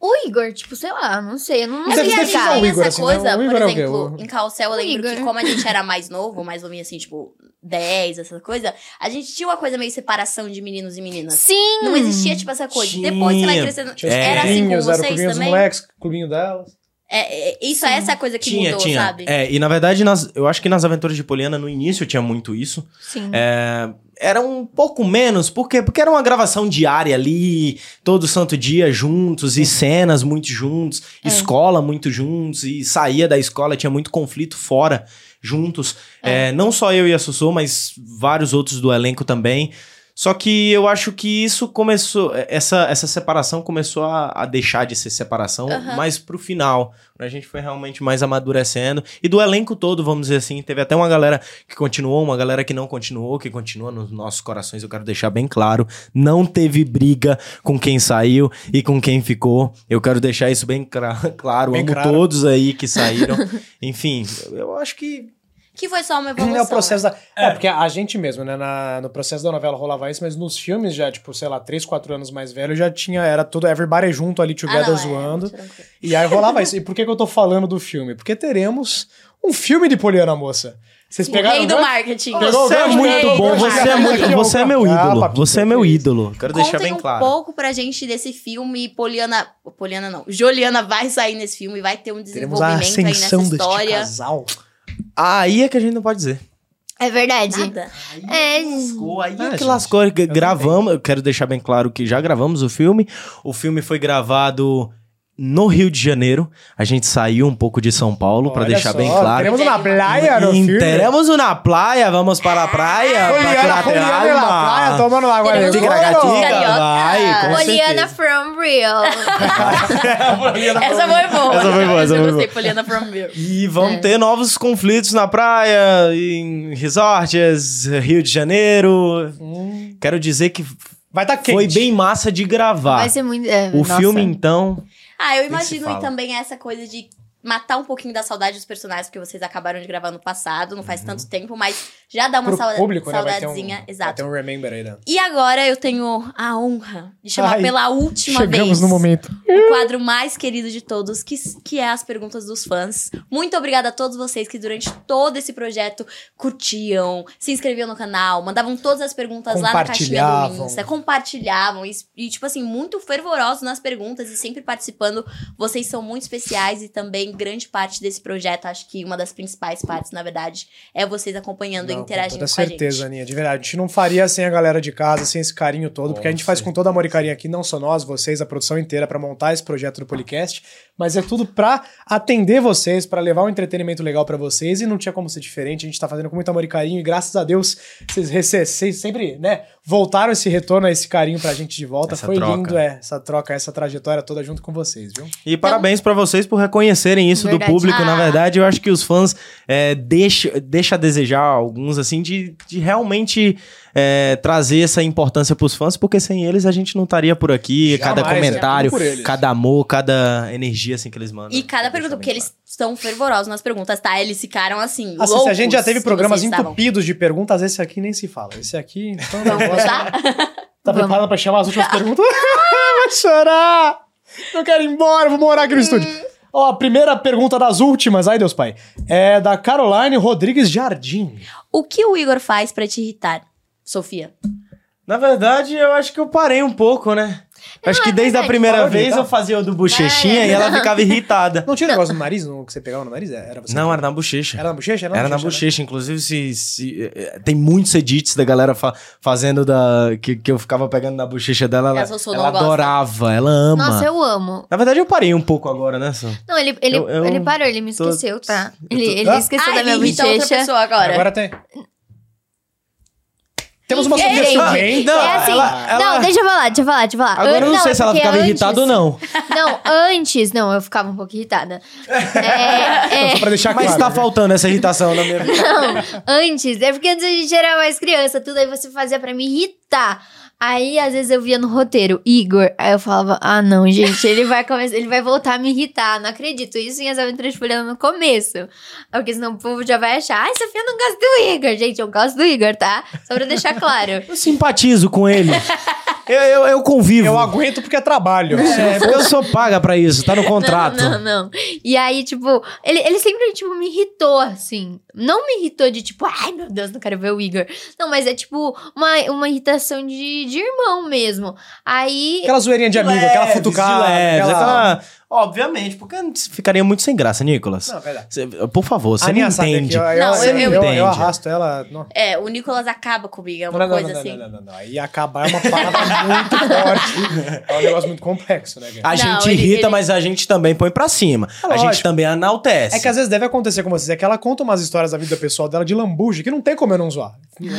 [SPEAKER 5] O Igor, tipo, sei lá, não sei, eu não, não
[SPEAKER 3] É
[SPEAKER 4] Você
[SPEAKER 5] sei
[SPEAKER 3] porque a gente
[SPEAKER 4] precisa
[SPEAKER 5] explicar.
[SPEAKER 4] o
[SPEAKER 3] tem
[SPEAKER 4] Igor,
[SPEAKER 3] essa
[SPEAKER 4] assim, né?
[SPEAKER 3] coisa,
[SPEAKER 4] O
[SPEAKER 3] por
[SPEAKER 4] Igor é o quê?
[SPEAKER 3] exemplo,
[SPEAKER 4] O-
[SPEAKER 3] em Carrossel, eu lembro
[SPEAKER 5] Igor.
[SPEAKER 3] que como a gente era mais novo, mais ou menos assim, tipo, 10, essa coisa, a gente tinha uma coisa meio separação de meninos e
[SPEAKER 1] né?
[SPEAKER 3] meninas.
[SPEAKER 5] Sim!
[SPEAKER 3] Não existia, tipo, essa coisa.
[SPEAKER 1] Tinha.
[SPEAKER 3] Depois você vai crescendo.
[SPEAKER 4] Tinha os
[SPEAKER 1] É.
[SPEAKER 3] Era assim com
[SPEAKER 4] clubinhos, era o
[SPEAKER 3] vocês
[SPEAKER 4] clubinho dos
[SPEAKER 3] também?
[SPEAKER 4] moleques, clubinho delas.
[SPEAKER 3] É, é, isso é essa coisa que mudou, sabe?
[SPEAKER 1] É, e na verdade, nas- eu acho que nas Aventuras de Poliana, no início, tinha muito isso.
[SPEAKER 5] Sim.
[SPEAKER 1] É, era um pouco menos, por quê? Porque era uma gravação diária ali, todo santo dia juntos, e cenas muito juntos, escola muito juntos, e saía da escola, tinha muito conflito fora, juntos. É, não só eu e a Sussu, mas vários outros do elenco também. Só que eu acho que isso começou, essa, essa separação começou a, a deixar de ser separação
[SPEAKER 3] Aham.
[SPEAKER 1] mais pro final. quando A gente foi realmente mais amadurecendo. E do elenco todo, vamos dizer assim, teve até uma galera que continuou, uma galera que não continuou, que continua nos nossos corações, eu quero deixar bem claro. Não teve briga com quem saiu e com quem ficou. Eu quero deixar isso bem cra- claro.
[SPEAKER 4] Bem
[SPEAKER 1] Amo
[SPEAKER 4] claro.
[SPEAKER 1] todos aí que saíram. Enfim, eu acho que.
[SPEAKER 3] Que foi só uma evolução.
[SPEAKER 4] É o processo da. É, porque a gente mesmo, né? na- no processo da novela rolava isso, mas nos filmes já, tipo, sei lá, 3, 4 anos mais velho, já tinha. Era tudo everybody junto ali,
[SPEAKER 3] Ah,
[SPEAKER 4] together
[SPEAKER 3] não, é,
[SPEAKER 4] zoando.
[SPEAKER 3] muito tranquilo.
[SPEAKER 4] E aí rolava isso. E por que, que eu tô falando do filme? Porque teremos um filme de Poliana Moça. Vocês
[SPEAKER 3] O
[SPEAKER 4] pegaram.
[SPEAKER 3] rei
[SPEAKER 4] o
[SPEAKER 3] do
[SPEAKER 4] gancho?
[SPEAKER 3] marketing.
[SPEAKER 4] Pegou o
[SPEAKER 1] Você é
[SPEAKER 4] gancho, Ah, pegou
[SPEAKER 1] muito
[SPEAKER 4] o
[SPEAKER 1] bom,
[SPEAKER 4] gancho.
[SPEAKER 1] você é muito. Você é meu ídolo. Você é meu ídolo. Quero deixar
[SPEAKER 3] Contem
[SPEAKER 1] bem
[SPEAKER 3] um
[SPEAKER 1] claro.
[SPEAKER 3] pouco pra gente desse filme. Poliana. Poliana não. Juliana vai sair nesse filme, vai ter um
[SPEAKER 4] Teremos a
[SPEAKER 3] desenvolvimento aí nessa
[SPEAKER 4] ascensão deste
[SPEAKER 3] história.
[SPEAKER 4] casal.
[SPEAKER 1] Aí é que a gente não pode dizer.
[SPEAKER 5] É verdade.
[SPEAKER 3] Nada.
[SPEAKER 5] É,
[SPEAKER 1] Lascou, aí
[SPEAKER 4] Ah,
[SPEAKER 1] é que
[SPEAKER 4] gente,
[SPEAKER 1] lascou. G- Gravamos, eu quero deixar bem claro que já gravamos o filme. O filme foi gravado no Rio de Janeiro. A gente saiu um pouco de São Paulo, pra
[SPEAKER 4] Olha
[SPEAKER 1] deixar
[SPEAKER 4] só,
[SPEAKER 1] bem claro.
[SPEAKER 4] Teremos uma praia no filme. Ah,
[SPEAKER 1] Teremos na praia, vamos para a praia. pra
[SPEAKER 4] Poliana,
[SPEAKER 1] tirar
[SPEAKER 4] Poliana
[SPEAKER 1] alma.
[SPEAKER 4] na praia, um tomando uma água
[SPEAKER 3] Teremos
[SPEAKER 4] de
[SPEAKER 1] Fica
[SPEAKER 3] Poliana.
[SPEAKER 1] na gatinha,
[SPEAKER 3] Carioca.
[SPEAKER 1] vai, com
[SPEAKER 5] Poliana
[SPEAKER 1] certeza.
[SPEAKER 5] from Real.
[SPEAKER 3] Essa foi boa.
[SPEAKER 1] Essa foi boa, essa
[SPEAKER 3] eu
[SPEAKER 1] foi
[SPEAKER 3] gostei, Poliana from Bill.
[SPEAKER 1] E vão
[SPEAKER 3] É.
[SPEAKER 1] ter novos conflitos na praia, em resorts, Rio de Janeiro. Quero dizer que
[SPEAKER 4] Vai estar tá quente.
[SPEAKER 1] foi bem massa de gravar.
[SPEAKER 5] Vai ser muito. é,
[SPEAKER 1] Ah, O
[SPEAKER 5] nossa.
[SPEAKER 1] filme, então,
[SPEAKER 3] Ah, eu
[SPEAKER 1] se
[SPEAKER 3] imagino
[SPEAKER 1] fala.
[SPEAKER 3] e também essa coisa de matar um pouquinho da saudade dos personagens que vocês acabaram de gravar no passado, não faz tanto tempo, mas Já dá uma
[SPEAKER 4] Uhum. Pro
[SPEAKER 3] sauda-
[SPEAKER 4] público, né? Vai ter um-
[SPEAKER 3] saudadezinha.
[SPEAKER 4] Vai ter
[SPEAKER 3] Exato.
[SPEAKER 4] um remember aí, né?
[SPEAKER 3] E agora eu tenho a honra de chamar
[SPEAKER 4] Ai,
[SPEAKER 3] pela última
[SPEAKER 4] Chegamos
[SPEAKER 3] vez
[SPEAKER 4] no momento.
[SPEAKER 3] o quadro mais querido de todos, que, que é as perguntas dos fãs. Muito obrigada a todos vocês que durante todo esse projeto curtiam, se inscreviam no canal, mandavam todas as perguntas lá na caixinha do
[SPEAKER 4] Compartilhavam.
[SPEAKER 3] Insta, compartilhavam e, e, tipo assim, muito fervorosos nas perguntas e sempre participando. Vocês são muito especiais e também grande parte desse projeto, acho que uma das principais partes, na verdade, é vocês acompanhando e
[SPEAKER 4] Não,
[SPEAKER 3] interagindo com,
[SPEAKER 4] toda
[SPEAKER 3] a
[SPEAKER 4] certeza, né?
[SPEAKER 3] gente.
[SPEAKER 4] Aninha, de verdade. A gente não faria sem a galera de casa, sem esse carinho todo, porque a gente faz com todo amor e carinho aqui, não só nós, vocês, a produção inteira, pra montar esse projeto do podcast, mas é tudo pra atender vocês, pra levar um entretenimento legal pra vocês e não tinha como ser diferente. A gente tá fazendo com muito amor e carinho e graças a Deus vocês, rece- vocês sempre, né, voltaram esse retorno, esse carinho pra gente de volta.
[SPEAKER 1] Essa
[SPEAKER 4] Foi
[SPEAKER 1] troca.
[SPEAKER 4] lindo, é, essa troca, essa trajetória toda junto com vocês, viu?
[SPEAKER 1] E parabéns pra vocês por reconhecerem isso
[SPEAKER 5] Verdade.
[SPEAKER 1] do público. Na
[SPEAKER 3] Então, Ah.
[SPEAKER 1] verdade, eu acho que os fãs é, deixa, deixa a desejar alguns, assim, de, de realmente é, trazer essa importância pros fãs, porque sem eles a gente não estaria por aqui. cada
[SPEAKER 4] Jamais, né?
[SPEAKER 1] comentário,
[SPEAKER 4] Tudo por eles.
[SPEAKER 1] cada amor, cada energia, assim, que eles mandam.
[SPEAKER 3] E cada
[SPEAKER 1] Pra deixar
[SPEAKER 3] pergunta,
[SPEAKER 1] bem
[SPEAKER 3] porque
[SPEAKER 1] claro.
[SPEAKER 3] eles são fervorosos nas perguntas, tá? Eles ficaram assim.
[SPEAKER 4] Assim, se a
[SPEAKER 3] loucos
[SPEAKER 4] gente já teve
[SPEAKER 3] que
[SPEAKER 4] programas
[SPEAKER 3] vocês estavam.
[SPEAKER 4] entupidos de perguntas, esse aqui nem se fala. Esse aqui. Então,
[SPEAKER 3] Vamos
[SPEAKER 4] negócio-
[SPEAKER 3] voltar?
[SPEAKER 4] Tá
[SPEAKER 5] Vamos.
[SPEAKER 4] preparada pra chamar as últimas perguntas? Vai chorar! Eu quero ir embora, vou morar aqui no estúdio. Ó, a primeira pergunta das últimas, ai Deus Pai, é da Caroline Rodrigues Jardim.
[SPEAKER 3] O que o Igor faz pra te irritar, Sofia?
[SPEAKER 1] Na verdade, eu acho que eu parei um pouco, né? acho
[SPEAKER 3] é
[SPEAKER 1] que desde a
[SPEAKER 5] verdade.
[SPEAKER 1] primeira
[SPEAKER 4] Parou de
[SPEAKER 1] vez
[SPEAKER 4] irritar?
[SPEAKER 1] eu fazia o do bochechinha e ela ficava irritada.
[SPEAKER 4] Não tinha negócio no nariz, no, que você pegava no nariz? É, Era você?
[SPEAKER 1] Não, era na bochecha.
[SPEAKER 4] Era na bochecha? né?
[SPEAKER 1] Era na bochecha, inclusive se, se- eh, tem muitos edits da galera fa- fazendo da que, que eu ficava pegando na bochecha dela, ela,
[SPEAKER 3] Mas o Sol não
[SPEAKER 1] ela
[SPEAKER 3] gosta.
[SPEAKER 1] adorava, ela ama.
[SPEAKER 5] Nossa, eu amo.
[SPEAKER 1] Na verdade eu parei um pouco agora, né? Sam?
[SPEAKER 5] Não, ele, ele,
[SPEAKER 1] Eu- eu
[SPEAKER 5] ele parou, ele me
[SPEAKER 1] tô-
[SPEAKER 5] esqueceu, tá?
[SPEAKER 1] eu tô-
[SPEAKER 5] Ele, ele
[SPEAKER 4] Ah.
[SPEAKER 5] esqueceu
[SPEAKER 3] Ai,
[SPEAKER 5] da minha
[SPEAKER 3] me irrita outra
[SPEAKER 5] bochecha.
[SPEAKER 3] pessoa agora.
[SPEAKER 4] Agora tem. Temos uma
[SPEAKER 5] Gente,
[SPEAKER 4] sugestão, hein?
[SPEAKER 1] Não,
[SPEAKER 5] é assim,
[SPEAKER 1] ela- ela-
[SPEAKER 5] Não, deixa eu falar, deixa eu falar, deixa eu falar.
[SPEAKER 1] Agora eu não,
[SPEAKER 5] Antes-
[SPEAKER 1] sei se ela
[SPEAKER 5] Ah, é porque
[SPEAKER 1] ficava
[SPEAKER 5] antes-
[SPEAKER 1] irritada ou não,
[SPEAKER 5] Não, antes, não, eu ficava um pouco irritada. É, é,
[SPEAKER 4] Só pra deixar
[SPEAKER 1] mas
[SPEAKER 4] claro.
[SPEAKER 1] tá faltando essa irritação na minha vida.
[SPEAKER 5] não, antes, é porque antes a gente era mais criança, tudo aí você fazia pra me irritar. Aí, às vezes, eu via no roteiro, Igor, aí eu falava, ah, não, gente, ele vai começar, ele vai voltar a me irritar, não acredito. Isso em as aventuras de Folha no começo. Porque senão o povo já vai achar, ai, Sofia não gosta do Igor, gente, eu gosto do Igor, tá? Só pra deixar claro.
[SPEAKER 1] Eu simpatizo com ele. Eu, eu, eu convivo.
[SPEAKER 4] Eu
[SPEAKER 1] Eu,
[SPEAKER 4] aguento porque é trabalho.
[SPEAKER 1] eu sou paga pra isso, tá no contrato.
[SPEAKER 5] Não, não. E aí, tipo, ele, ele sempre, tipo, me irritou, assim. Não me irritou de, tipo, ai, meu Deus, não quero ver o Igor. Não, mas é, tipo, uma, uma irritação de, de irmão mesmo. Aí...
[SPEAKER 4] Aquela zoeirinha de amigo, aquela
[SPEAKER 1] Leves,
[SPEAKER 4] futucada.
[SPEAKER 1] de leves, é
[SPEAKER 4] aquela...
[SPEAKER 1] aquela- Obviamente, porque ficaria muito sem graça, Nicolas.
[SPEAKER 4] Não, verdade.
[SPEAKER 1] Cê- por favor, você
[SPEAKER 4] Aninha
[SPEAKER 1] não
[SPEAKER 4] sabe
[SPEAKER 1] entende.
[SPEAKER 4] que eu-
[SPEAKER 3] Não,
[SPEAKER 4] eu-
[SPEAKER 3] eu-
[SPEAKER 4] eu-
[SPEAKER 1] eu-
[SPEAKER 4] eu arrasto ela. não.
[SPEAKER 3] É, o Nicolas acaba comigo, é uma
[SPEAKER 4] não, não,
[SPEAKER 3] coisa
[SPEAKER 4] não, não,
[SPEAKER 3] assim.
[SPEAKER 4] Não, não, não, não. Aí acabar é uma parada muito forte. É um negócio muito complexo, né, cara?
[SPEAKER 1] A
[SPEAKER 3] Não,
[SPEAKER 1] gente
[SPEAKER 3] ele-
[SPEAKER 1] irrita,
[SPEAKER 3] ele-
[SPEAKER 1] mas a gente também põe pra cima. a
[SPEAKER 4] lógico.
[SPEAKER 1] gente também enaltece.
[SPEAKER 4] É que às vezes deve acontecer com vocês. É que ela conta umas histórias da vida pessoal dela de lambuja que não tem como eu não zoar.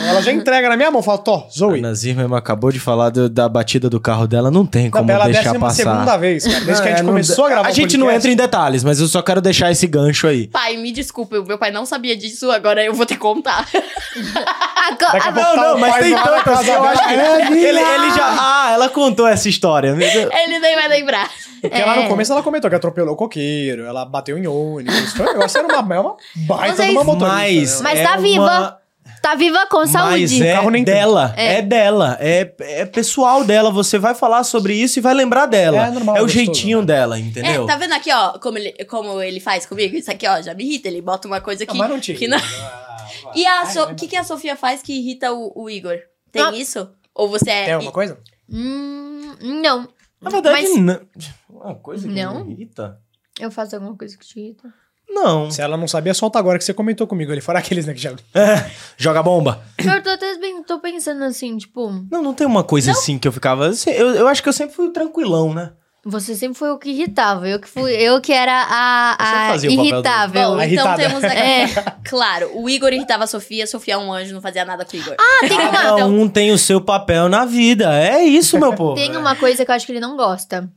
[SPEAKER 4] Ela já entrega na minha mão, fala, Tó,
[SPEAKER 1] a
[SPEAKER 4] zoe.
[SPEAKER 1] Ana Zimmerman acabou de falar do- da batida do carro dela, não tem como
[SPEAKER 4] pela
[SPEAKER 1] deixar
[SPEAKER 4] décima
[SPEAKER 1] passar.
[SPEAKER 4] segunda vez, cara. Desde que a
[SPEAKER 1] É,
[SPEAKER 4] gente
[SPEAKER 1] não
[SPEAKER 4] começou a
[SPEAKER 1] dá-
[SPEAKER 4] gravar
[SPEAKER 1] A
[SPEAKER 4] o
[SPEAKER 1] gente não
[SPEAKER 4] podcast.
[SPEAKER 1] entra em detalhes, mas eu só quero deixar esse gancho aí.
[SPEAKER 3] Pai, me desculpa, o meu pai não sabia disso, agora eu vou ter que contar.
[SPEAKER 5] Agora,
[SPEAKER 4] Daqui a pouco
[SPEAKER 1] Não,
[SPEAKER 4] tá
[SPEAKER 1] não,
[SPEAKER 4] o
[SPEAKER 1] mas
[SPEAKER 4] pai
[SPEAKER 1] tem
[SPEAKER 4] do lado da
[SPEAKER 1] tantas.
[SPEAKER 4] casa
[SPEAKER 1] Eu
[SPEAKER 4] dela. é
[SPEAKER 1] acho que ele, ele já. Ah, ela contou essa história. meu Deus.
[SPEAKER 3] Ele nem vai lembrar.
[SPEAKER 4] Porque lá no
[SPEAKER 5] É.
[SPEAKER 4] começo ela comentou que atropelou o coqueiro, ela bateu em ônibus. Foi um negócio, era uma, é uma baita
[SPEAKER 5] Vocês-
[SPEAKER 4] de uma motorista.
[SPEAKER 1] Mas,
[SPEAKER 4] né?
[SPEAKER 5] Mas
[SPEAKER 1] é
[SPEAKER 5] tá
[SPEAKER 1] uma-
[SPEAKER 5] viva. tá viva com
[SPEAKER 1] Mas
[SPEAKER 5] saúde.
[SPEAKER 1] é
[SPEAKER 4] Carro nem tem.
[SPEAKER 1] dela, é, dela, é, é pessoal dela. Você vai falar sobre isso e vai lembrar dela.
[SPEAKER 4] É normal,
[SPEAKER 1] o
[SPEAKER 4] gostoso,
[SPEAKER 1] jeitinho
[SPEAKER 4] né?
[SPEAKER 1] dela, entendeu?
[SPEAKER 3] É, tá vendo aqui, ó, como ele, como ele faz comigo? Isso aqui, ó, já me irrita, ele bota uma coisa
[SPEAKER 4] Não,
[SPEAKER 3] que.
[SPEAKER 4] mas não tinha.
[SPEAKER 3] que Ah, não- E a
[SPEAKER 4] Ai, é
[SPEAKER 3] So-
[SPEAKER 4] vai
[SPEAKER 3] o que, que a Sofia faz que irrita o, o Igor? Tem
[SPEAKER 5] Ah.
[SPEAKER 3] isso? Ou você é.
[SPEAKER 4] Tem alguma coisa?
[SPEAKER 5] Hum, não.
[SPEAKER 1] Na verdade,
[SPEAKER 5] Mas-
[SPEAKER 1] não. Uma coisa que não
[SPEAKER 5] Não?
[SPEAKER 1] me irrita?
[SPEAKER 5] Eu faço alguma coisa que te irrita.
[SPEAKER 1] Não.
[SPEAKER 4] Se ela não sabia, solta agora que você comentou comigo. Ele fala aqueles, né, que já...
[SPEAKER 1] Joga bomba.
[SPEAKER 5] Eu tô até bem, tô pensando assim, tipo...
[SPEAKER 1] Não, não tem uma coisa assim que eu ficava. assim, Eu, eu acho que eu sempre fui tranquilão, né?
[SPEAKER 5] Você sempre foi o que irritava. Eu que, fui, eu que era
[SPEAKER 1] Você
[SPEAKER 5] a, a
[SPEAKER 1] fazia o papel do-
[SPEAKER 5] irritável.
[SPEAKER 3] Bom,
[SPEAKER 4] A
[SPEAKER 3] então
[SPEAKER 4] irritada.
[SPEAKER 3] temos aqui.
[SPEAKER 5] É.
[SPEAKER 3] Claro, o Igor irritava a Sofia, a Sofia é um anjo, não fazia nada com o Igor.
[SPEAKER 5] Ah, tem uma,
[SPEAKER 1] Cada um tem o seu papel na vida. É isso, meu povo.
[SPEAKER 5] Tem uma coisa que eu acho que ele não gosta.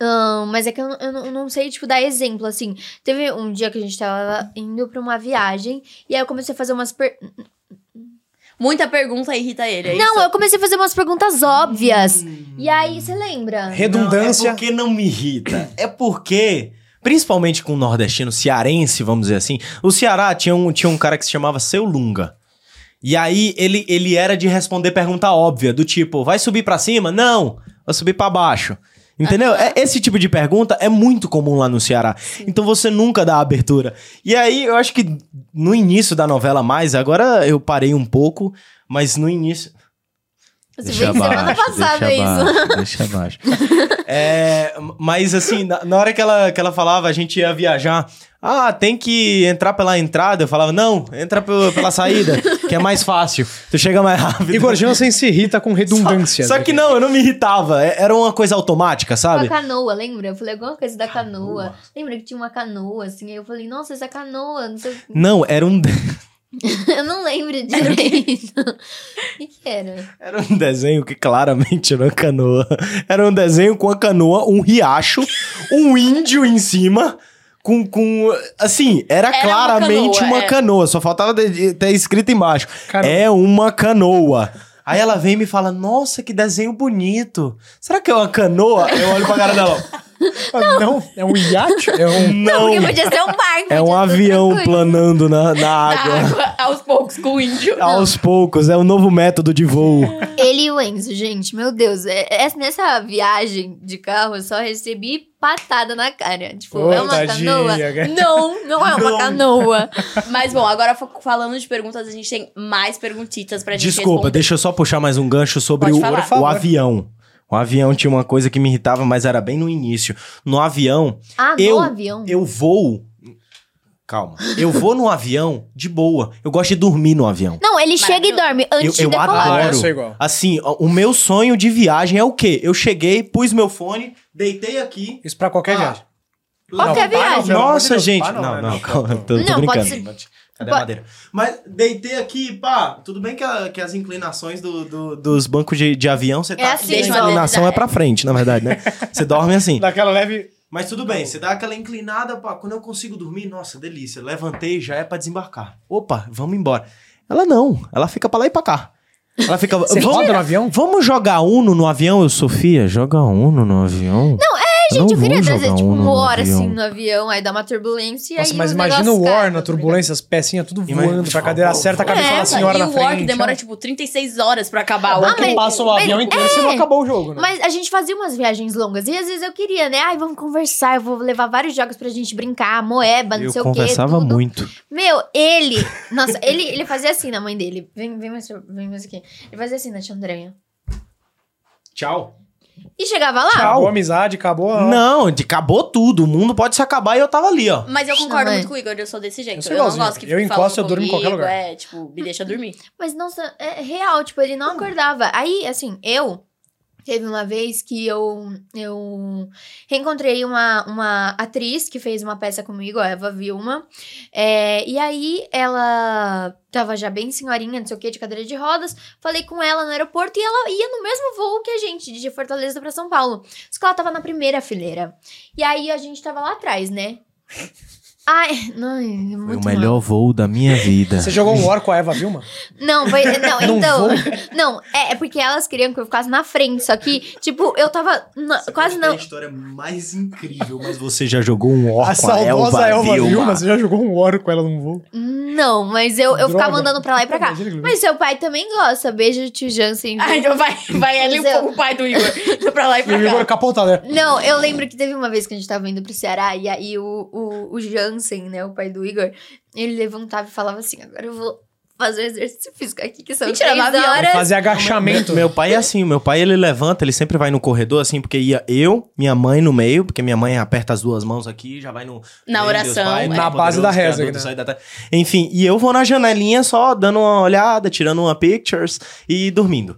[SPEAKER 5] Ahn, mas é que eu, eu não- eu não sei, tipo, dar exemplo, assim. Teve um dia que a gente tava indo pra uma viagem e aí eu comecei a fazer umas... Per...
[SPEAKER 3] Muita pergunta irrita ele. É
[SPEAKER 5] Não,
[SPEAKER 3] isso?
[SPEAKER 5] eu comecei a fazer umas perguntas óbvias. E aí, você lembra?
[SPEAKER 1] Não,
[SPEAKER 4] Redundância.
[SPEAKER 1] é porque não me irrita. É porque, principalmente com o nordestino cearense, vamos dizer assim, o Ceará tinha um, tinha um cara que se chamava Seu Lunga. E aí ele, ele era de responder pergunta óbvia, do tipo, vai subir pra cima? Não, vai subir pra baixo. Entendeu? É- esse tipo de pergunta é muito comum lá no Ceará. Então você nunca dá abertura. E aí eu acho que no início da novela mais, agora eu parei um pouco, mas no início.
[SPEAKER 5] Você fez semana passada é isso.
[SPEAKER 10] Deixa abaixo.
[SPEAKER 1] É, mas assim, na, na hora que ela, que ela falava, a gente ia viajar. Ah, tem que entrar pela entrada. Eu falava, não, entra pe- pela saída, que é mais fácil. Tu chega mais rápido.
[SPEAKER 4] Igor Jansen se irrita com redundância. né?
[SPEAKER 1] Só que não, eu não me irritava. é- Era uma coisa automática,
[SPEAKER 5] Com
[SPEAKER 1] sabe?
[SPEAKER 5] a canoa, lembra? Eu falei alguma coisa da canoa. Lembra que tinha uma canoa, assim? Aí eu falei, nossa, essa canoa. Não sei... o quê.
[SPEAKER 1] Não, era um, de-
[SPEAKER 5] eu não lembro direito. O que que era?
[SPEAKER 1] era um desenho que claramente era uma canoa. Era um desenho com a canoa, um riacho, um índio em cima. Com, com. Assim, era,
[SPEAKER 3] Era uma
[SPEAKER 1] claramente
[SPEAKER 3] canoa,
[SPEAKER 1] uma canoa,
[SPEAKER 3] é.
[SPEAKER 1] só faltava de- de- ter escrito embaixo.
[SPEAKER 4] Cara,
[SPEAKER 1] É uma canoa. Aí ela vem e me fala: Nossa, que desenho bonito. Será que é uma canoa? Eu olho pra cara dela:
[SPEAKER 4] não. é um iate? É um...
[SPEAKER 1] Não,
[SPEAKER 5] Porque podia ser um barco.
[SPEAKER 1] é um
[SPEAKER 5] podia ser
[SPEAKER 1] avião
[SPEAKER 5] outra coisa.
[SPEAKER 1] planando na, na água.
[SPEAKER 3] água, aos poucos, com o índio.
[SPEAKER 1] Aos poucos, é um novo método de voo.
[SPEAKER 5] Ele e o Enzo, gente, meu Deus. é- é- nessa viagem de carro, eu só recebi patada na cara. Tipo,
[SPEAKER 4] Ô,
[SPEAKER 5] é uma
[SPEAKER 4] tadinha,
[SPEAKER 5] canoa?
[SPEAKER 4] cara.
[SPEAKER 5] Não, não é uma canoa.
[SPEAKER 3] Mas bom, agora fo- falando de perguntas, a gente tem mais perguntitas pra gente
[SPEAKER 1] Desculpa,
[SPEAKER 3] responder.
[SPEAKER 1] deixa eu só puxar mais um gancho sobre
[SPEAKER 3] Pode
[SPEAKER 1] o,
[SPEAKER 3] falar.
[SPEAKER 1] o avião. O avião tinha uma coisa que me irritava, mas era bem no início. No avião,
[SPEAKER 5] Ah, no
[SPEAKER 1] Eu-
[SPEAKER 5] avião.
[SPEAKER 1] eu vou. Calma. Eu vou no avião de boa. Eu gosto de dormir no avião.
[SPEAKER 5] Não, ele chega e dorme antes
[SPEAKER 1] Eu-
[SPEAKER 5] de
[SPEAKER 1] eu
[SPEAKER 5] decolar.
[SPEAKER 1] adoro.
[SPEAKER 4] Ah, eu sou igual.
[SPEAKER 1] Assim, o o meu sonho de viagem é o quê? Eu cheguei, pus meu fone, deitei aqui.
[SPEAKER 4] Isso pra qualquer
[SPEAKER 1] Ah,
[SPEAKER 4] viagem.
[SPEAKER 5] Qualquer
[SPEAKER 4] para,
[SPEAKER 5] viagem.
[SPEAKER 4] pelo amor de
[SPEAKER 1] Nossa,
[SPEAKER 4] Deus,
[SPEAKER 1] gente.
[SPEAKER 4] para,
[SPEAKER 1] Não,
[SPEAKER 4] né?
[SPEAKER 1] não, calma, eu tô, tô
[SPEAKER 5] Não, pode
[SPEAKER 1] brincando. Cadê a
[SPEAKER 5] pode-
[SPEAKER 1] madeira? Mas deitei aqui, pá. Tudo bem que, a- que as inclinações do- do- dos bancos de, de avião, você tá.
[SPEAKER 5] É assim,
[SPEAKER 1] a
[SPEAKER 3] Joana,
[SPEAKER 1] inclinação
[SPEAKER 3] é.
[SPEAKER 1] é pra frente, na verdade, né? Você dorme assim.
[SPEAKER 4] Daquela leve.
[SPEAKER 1] Mas tudo bem, você dá aquela inclinada, pá, quando eu consigo dormir, nossa, delícia. Levantei, já é pra desembarcar. Opa, vamos embora. Ela não, ela fica pra lá e pra cá. Ela fica.
[SPEAKER 4] Você roda no avião?
[SPEAKER 1] Vamos jogar Uno no avião, eu, Sofia? Joga Uno no avião? Não, é,
[SPEAKER 5] Gente, eu queria trazer, tipo, uma hora assim no avião, aí dá uma turbulência e
[SPEAKER 4] Nossa,
[SPEAKER 5] aí.
[SPEAKER 4] mas
[SPEAKER 5] o
[SPEAKER 4] imagina
[SPEAKER 5] negócio
[SPEAKER 4] o
[SPEAKER 5] cai,
[SPEAKER 4] War na
[SPEAKER 5] tá ligado?
[SPEAKER 4] turbulência, as pecinhas tudo
[SPEAKER 1] Imagina-
[SPEAKER 4] voando pra cadeira, acerta a cabeça da
[SPEAKER 5] É,
[SPEAKER 4] senhora
[SPEAKER 3] e
[SPEAKER 4] na
[SPEAKER 3] o
[SPEAKER 4] frente.
[SPEAKER 3] War que demora, tipo, 36 horas pra acabar.
[SPEAKER 5] Ah,
[SPEAKER 3] o
[SPEAKER 4] Porque
[SPEAKER 5] mas-
[SPEAKER 4] passa o avião
[SPEAKER 5] mas-
[SPEAKER 4] inteiro, você não acabou o jogo, né?
[SPEAKER 5] Mas a gente fazia umas viagens longas e às vezes eu queria, né? Ai, vamos conversar, eu vou levar vários jogos pra gente brincar, moeba, não
[SPEAKER 1] Eu
[SPEAKER 5] sei o quê.
[SPEAKER 1] conversava
[SPEAKER 5] tudo.
[SPEAKER 1] muito.
[SPEAKER 5] Meu, ele. Nossa, ele, ele fazia assim na mãe dele. Vem, vem, mais, pra- vem mais aqui. Ele fazia assim na Xandranha.
[SPEAKER 1] Tchau.
[SPEAKER 5] E chegava lá.
[SPEAKER 4] Ah, Acabou a amizade, acabou a...
[SPEAKER 1] Não, de- acabou tudo. O mundo pode se acabar e eu tava ali, ó.
[SPEAKER 3] Mas eu concordo
[SPEAKER 5] Não é.
[SPEAKER 3] muito com o Igor, eu sou desse jeito.
[SPEAKER 4] Eu
[SPEAKER 3] Eu,
[SPEAKER 4] sou
[SPEAKER 3] não
[SPEAKER 4] igualzinho.
[SPEAKER 3] gosto que
[SPEAKER 4] Eu
[SPEAKER 3] fique
[SPEAKER 4] encosto, eu
[SPEAKER 3] falando
[SPEAKER 4] durmo em qualquer
[SPEAKER 3] comigo,
[SPEAKER 4] lugar.
[SPEAKER 3] É, tipo, me deixa dormir.
[SPEAKER 5] Mas nossa, é real, tipo, ele não acordava. Aí, assim, eu teve uma vez que eu eu reencontrei uma, uma atriz que fez uma peça comigo, a Eva Vilma. É, e aí ela tava já bem senhorinha, não sei o que, de cadeira de rodas. Falei com ela no aeroporto e ela ia no mesmo voo que a gente, de Fortaleza pra São Paulo. Só que ela tava na primeira fileira. E aí a gente tava lá atrás, né? Ai, não, é
[SPEAKER 1] Foi
[SPEAKER 5] muito
[SPEAKER 1] o
[SPEAKER 5] mal.
[SPEAKER 1] melhor voo da minha vida.
[SPEAKER 4] Você jogou um War com a Eva Vilma?
[SPEAKER 5] Não, foi, não,
[SPEAKER 4] Não
[SPEAKER 5] então. Não, é, é porque elas queriam que eu ficasse na frente, só que, tipo, eu tava na- quase
[SPEAKER 1] É a
[SPEAKER 5] não.
[SPEAKER 1] história mais incrível, mas você já jogou um orco
[SPEAKER 4] a saudosa Elva Vilma. você já jogou um War com ela num voo?
[SPEAKER 5] Não, mas eu, eu
[SPEAKER 4] Droga.
[SPEAKER 5] ficava andando pra lá e É pra cá.
[SPEAKER 4] Imagina que
[SPEAKER 5] Mas seu pai também gosta. Beijo, tio Jansen.
[SPEAKER 3] Ah, então vai, vai ali
[SPEAKER 5] Mas eu-
[SPEAKER 3] o pai do Igor. é pra lá e
[SPEAKER 4] E o Igor
[SPEAKER 3] pra cá.
[SPEAKER 4] capotado, né?
[SPEAKER 5] Não, eu lembro que teve uma vez que a gente tava indo pro Ceará e aí o, o, o Jansen, né, o pai do Igor, ele levantava e falava assim: agora eu vou fazer um exercício físico aqui, que são
[SPEAKER 3] Mentira,
[SPEAKER 5] três
[SPEAKER 3] no avião.
[SPEAKER 5] horas.
[SPEAKER 4] Fazer agachamento.
[SPEAKER 1] Meu pai é assim, meu pai ele levanta, ele sempre vai no corredor assim, porque ia eu, minha mãe no meio, porque minha mãe aperta as duas mãos aqui, já vai no...
[SPEAKER 3] Na
[SPEAKER 1] Meu Deus,
[SPEAKER 3] oração.
[SPEAKER 1] Pai,
[SPEAKER 3] é.
[SPEAKER 1] Todo
[SPEAKER 4] Na base
[SPEAKER 1] Poderoso,
[SPEAKER 4] da reza,
[SPEAKER 1] Criador do
[SPEAKER 4] né?
[SPEAKER 1] céu e da terra. Enfim, e eu vou na janelinha só dando uma olhada, tirando uma pictures e dormindo.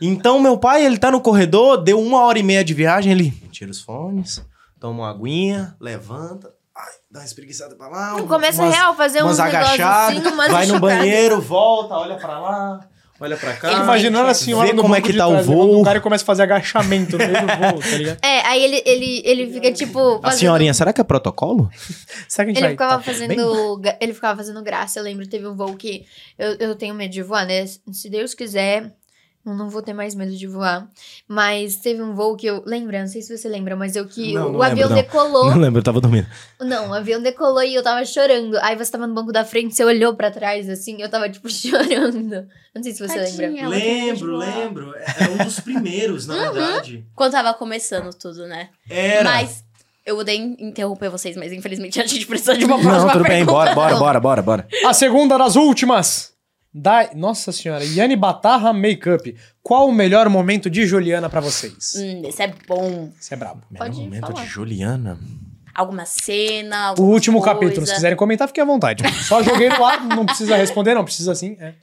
[SPEAKER 1] Então, meu pai, ele tá no corredor, deu uma hora e meia de viagem, ele tira os fones, toma uma aguinha, levanta, ai, dá uma espreguiçada pra lá. um-
[SPEAKER 5] Começa
[SPEAKER 1] umas-
[SPEAKER 5] é real, fazer
[SPEAKER 1] umas
[SPEAKER 5] uns negócios
[SPEAKER 1] agachadas,
[SPEAKER 5] assim, umas
[SPEAKER 1] vai no
[SPEAKER 5] chocadas.
[SPEAKER 1] banheiro, volta, olha pra lá, olha pra cá.
[SPEAKER 4] Fico imaginando a senhora
[SPEAKER 1] Vê
[SPEAKER 4] no
[SPEAKER 1] como é
[SPEAKER 4] banco
[SPEAKER 1] que
[SPEAKER 4] de
[SPEAKER 1] tá o
[SPEAKER 4] trás, levando
[SPEAKER 1] voo.
[SPEAKER 4] O cara e começa a fazer agachamento no meio do voo, tá ligado?
[SPEAKER 5] É, aí ele, ele, ele fica tipo.
[SPEAKER 1] A
[SPEAKER 5] fazendo-
[SPEAKER 1] senhorinha, será que é protocolo?
[SPEAKER 4] Será que a gente
[SPEAKER 5] Ele
[SPEAKER 4] vai... tá
[SPEAKER 5] ficava
[SPEAKER 4] bem?
[SPEAKER 5] fazendo. gra- Ele ficava fazendo graça. Eu lembro, teve um voo que eu, eu tenho medo de voar, né? Se Deus quiser, Eu não vou ter mais medo de voar. Mas teve um voo que eu. Lembra? Não sei se você lembra, mas eu que.
[SPEAKER 1] Não,
[SPEAKER 5] o
[SPEAKER 1] não lembro,
[SPEAKER 5] avião
[SPEAKER 1] não.
[SPEAKER 5] decolou.
[SPEAKER 1] Não lembro, eu tava dormindo.
[SPEAKER 5] Não, o avião decolou e eu tava chorando. Aí você tava no banco da frente, você olhou pra trás, assim, eu tava, tipo, chorando. Eu Não sei se você lembra.
[SPEAKER 9] Tadinha, ela tem medo de voar.
[SPEAKER 1] É um dos primeiros, na verdade.
[SPEAKER 3] Quando tava começando tudo, né? Mas eu odeio interromper vocês, mas infelizmente a gente precisa de uma próxima
[SPEAKER 1] Não, tudo bem,
[SPEAKER 3] pergunta.
[SPEAKER 1] bora, bora, bora, bora, bora.
[SPEAKER 4] A segunda das últimas. Da... Nossa senhora, Yanni Batarra Makeup. Qual o melhor momento de Juliana pra vocês?
[SPEAKER 3] Hum, esse é bom.
[SPEAKER 4] Você é brabo.
[SPEAKER 1] Melhor
[SPEAKER 5] Pode
[SPEAKER 1] um momento
[SPEAKER 5] falar.
[SPEAKER 1] de Juliana.
[SPEAKER 3] Alguma cena,
[SPEAKER 4] O
[SPEAKER 3] alguma
[SPEAKER 4] último
[SPEAKER 3] coisa.
[SPEAKER 4] capítulo, se quiserem comentar, fiquem à vontade. Só joguei no ar, não precisa responder, não precisa sim. é.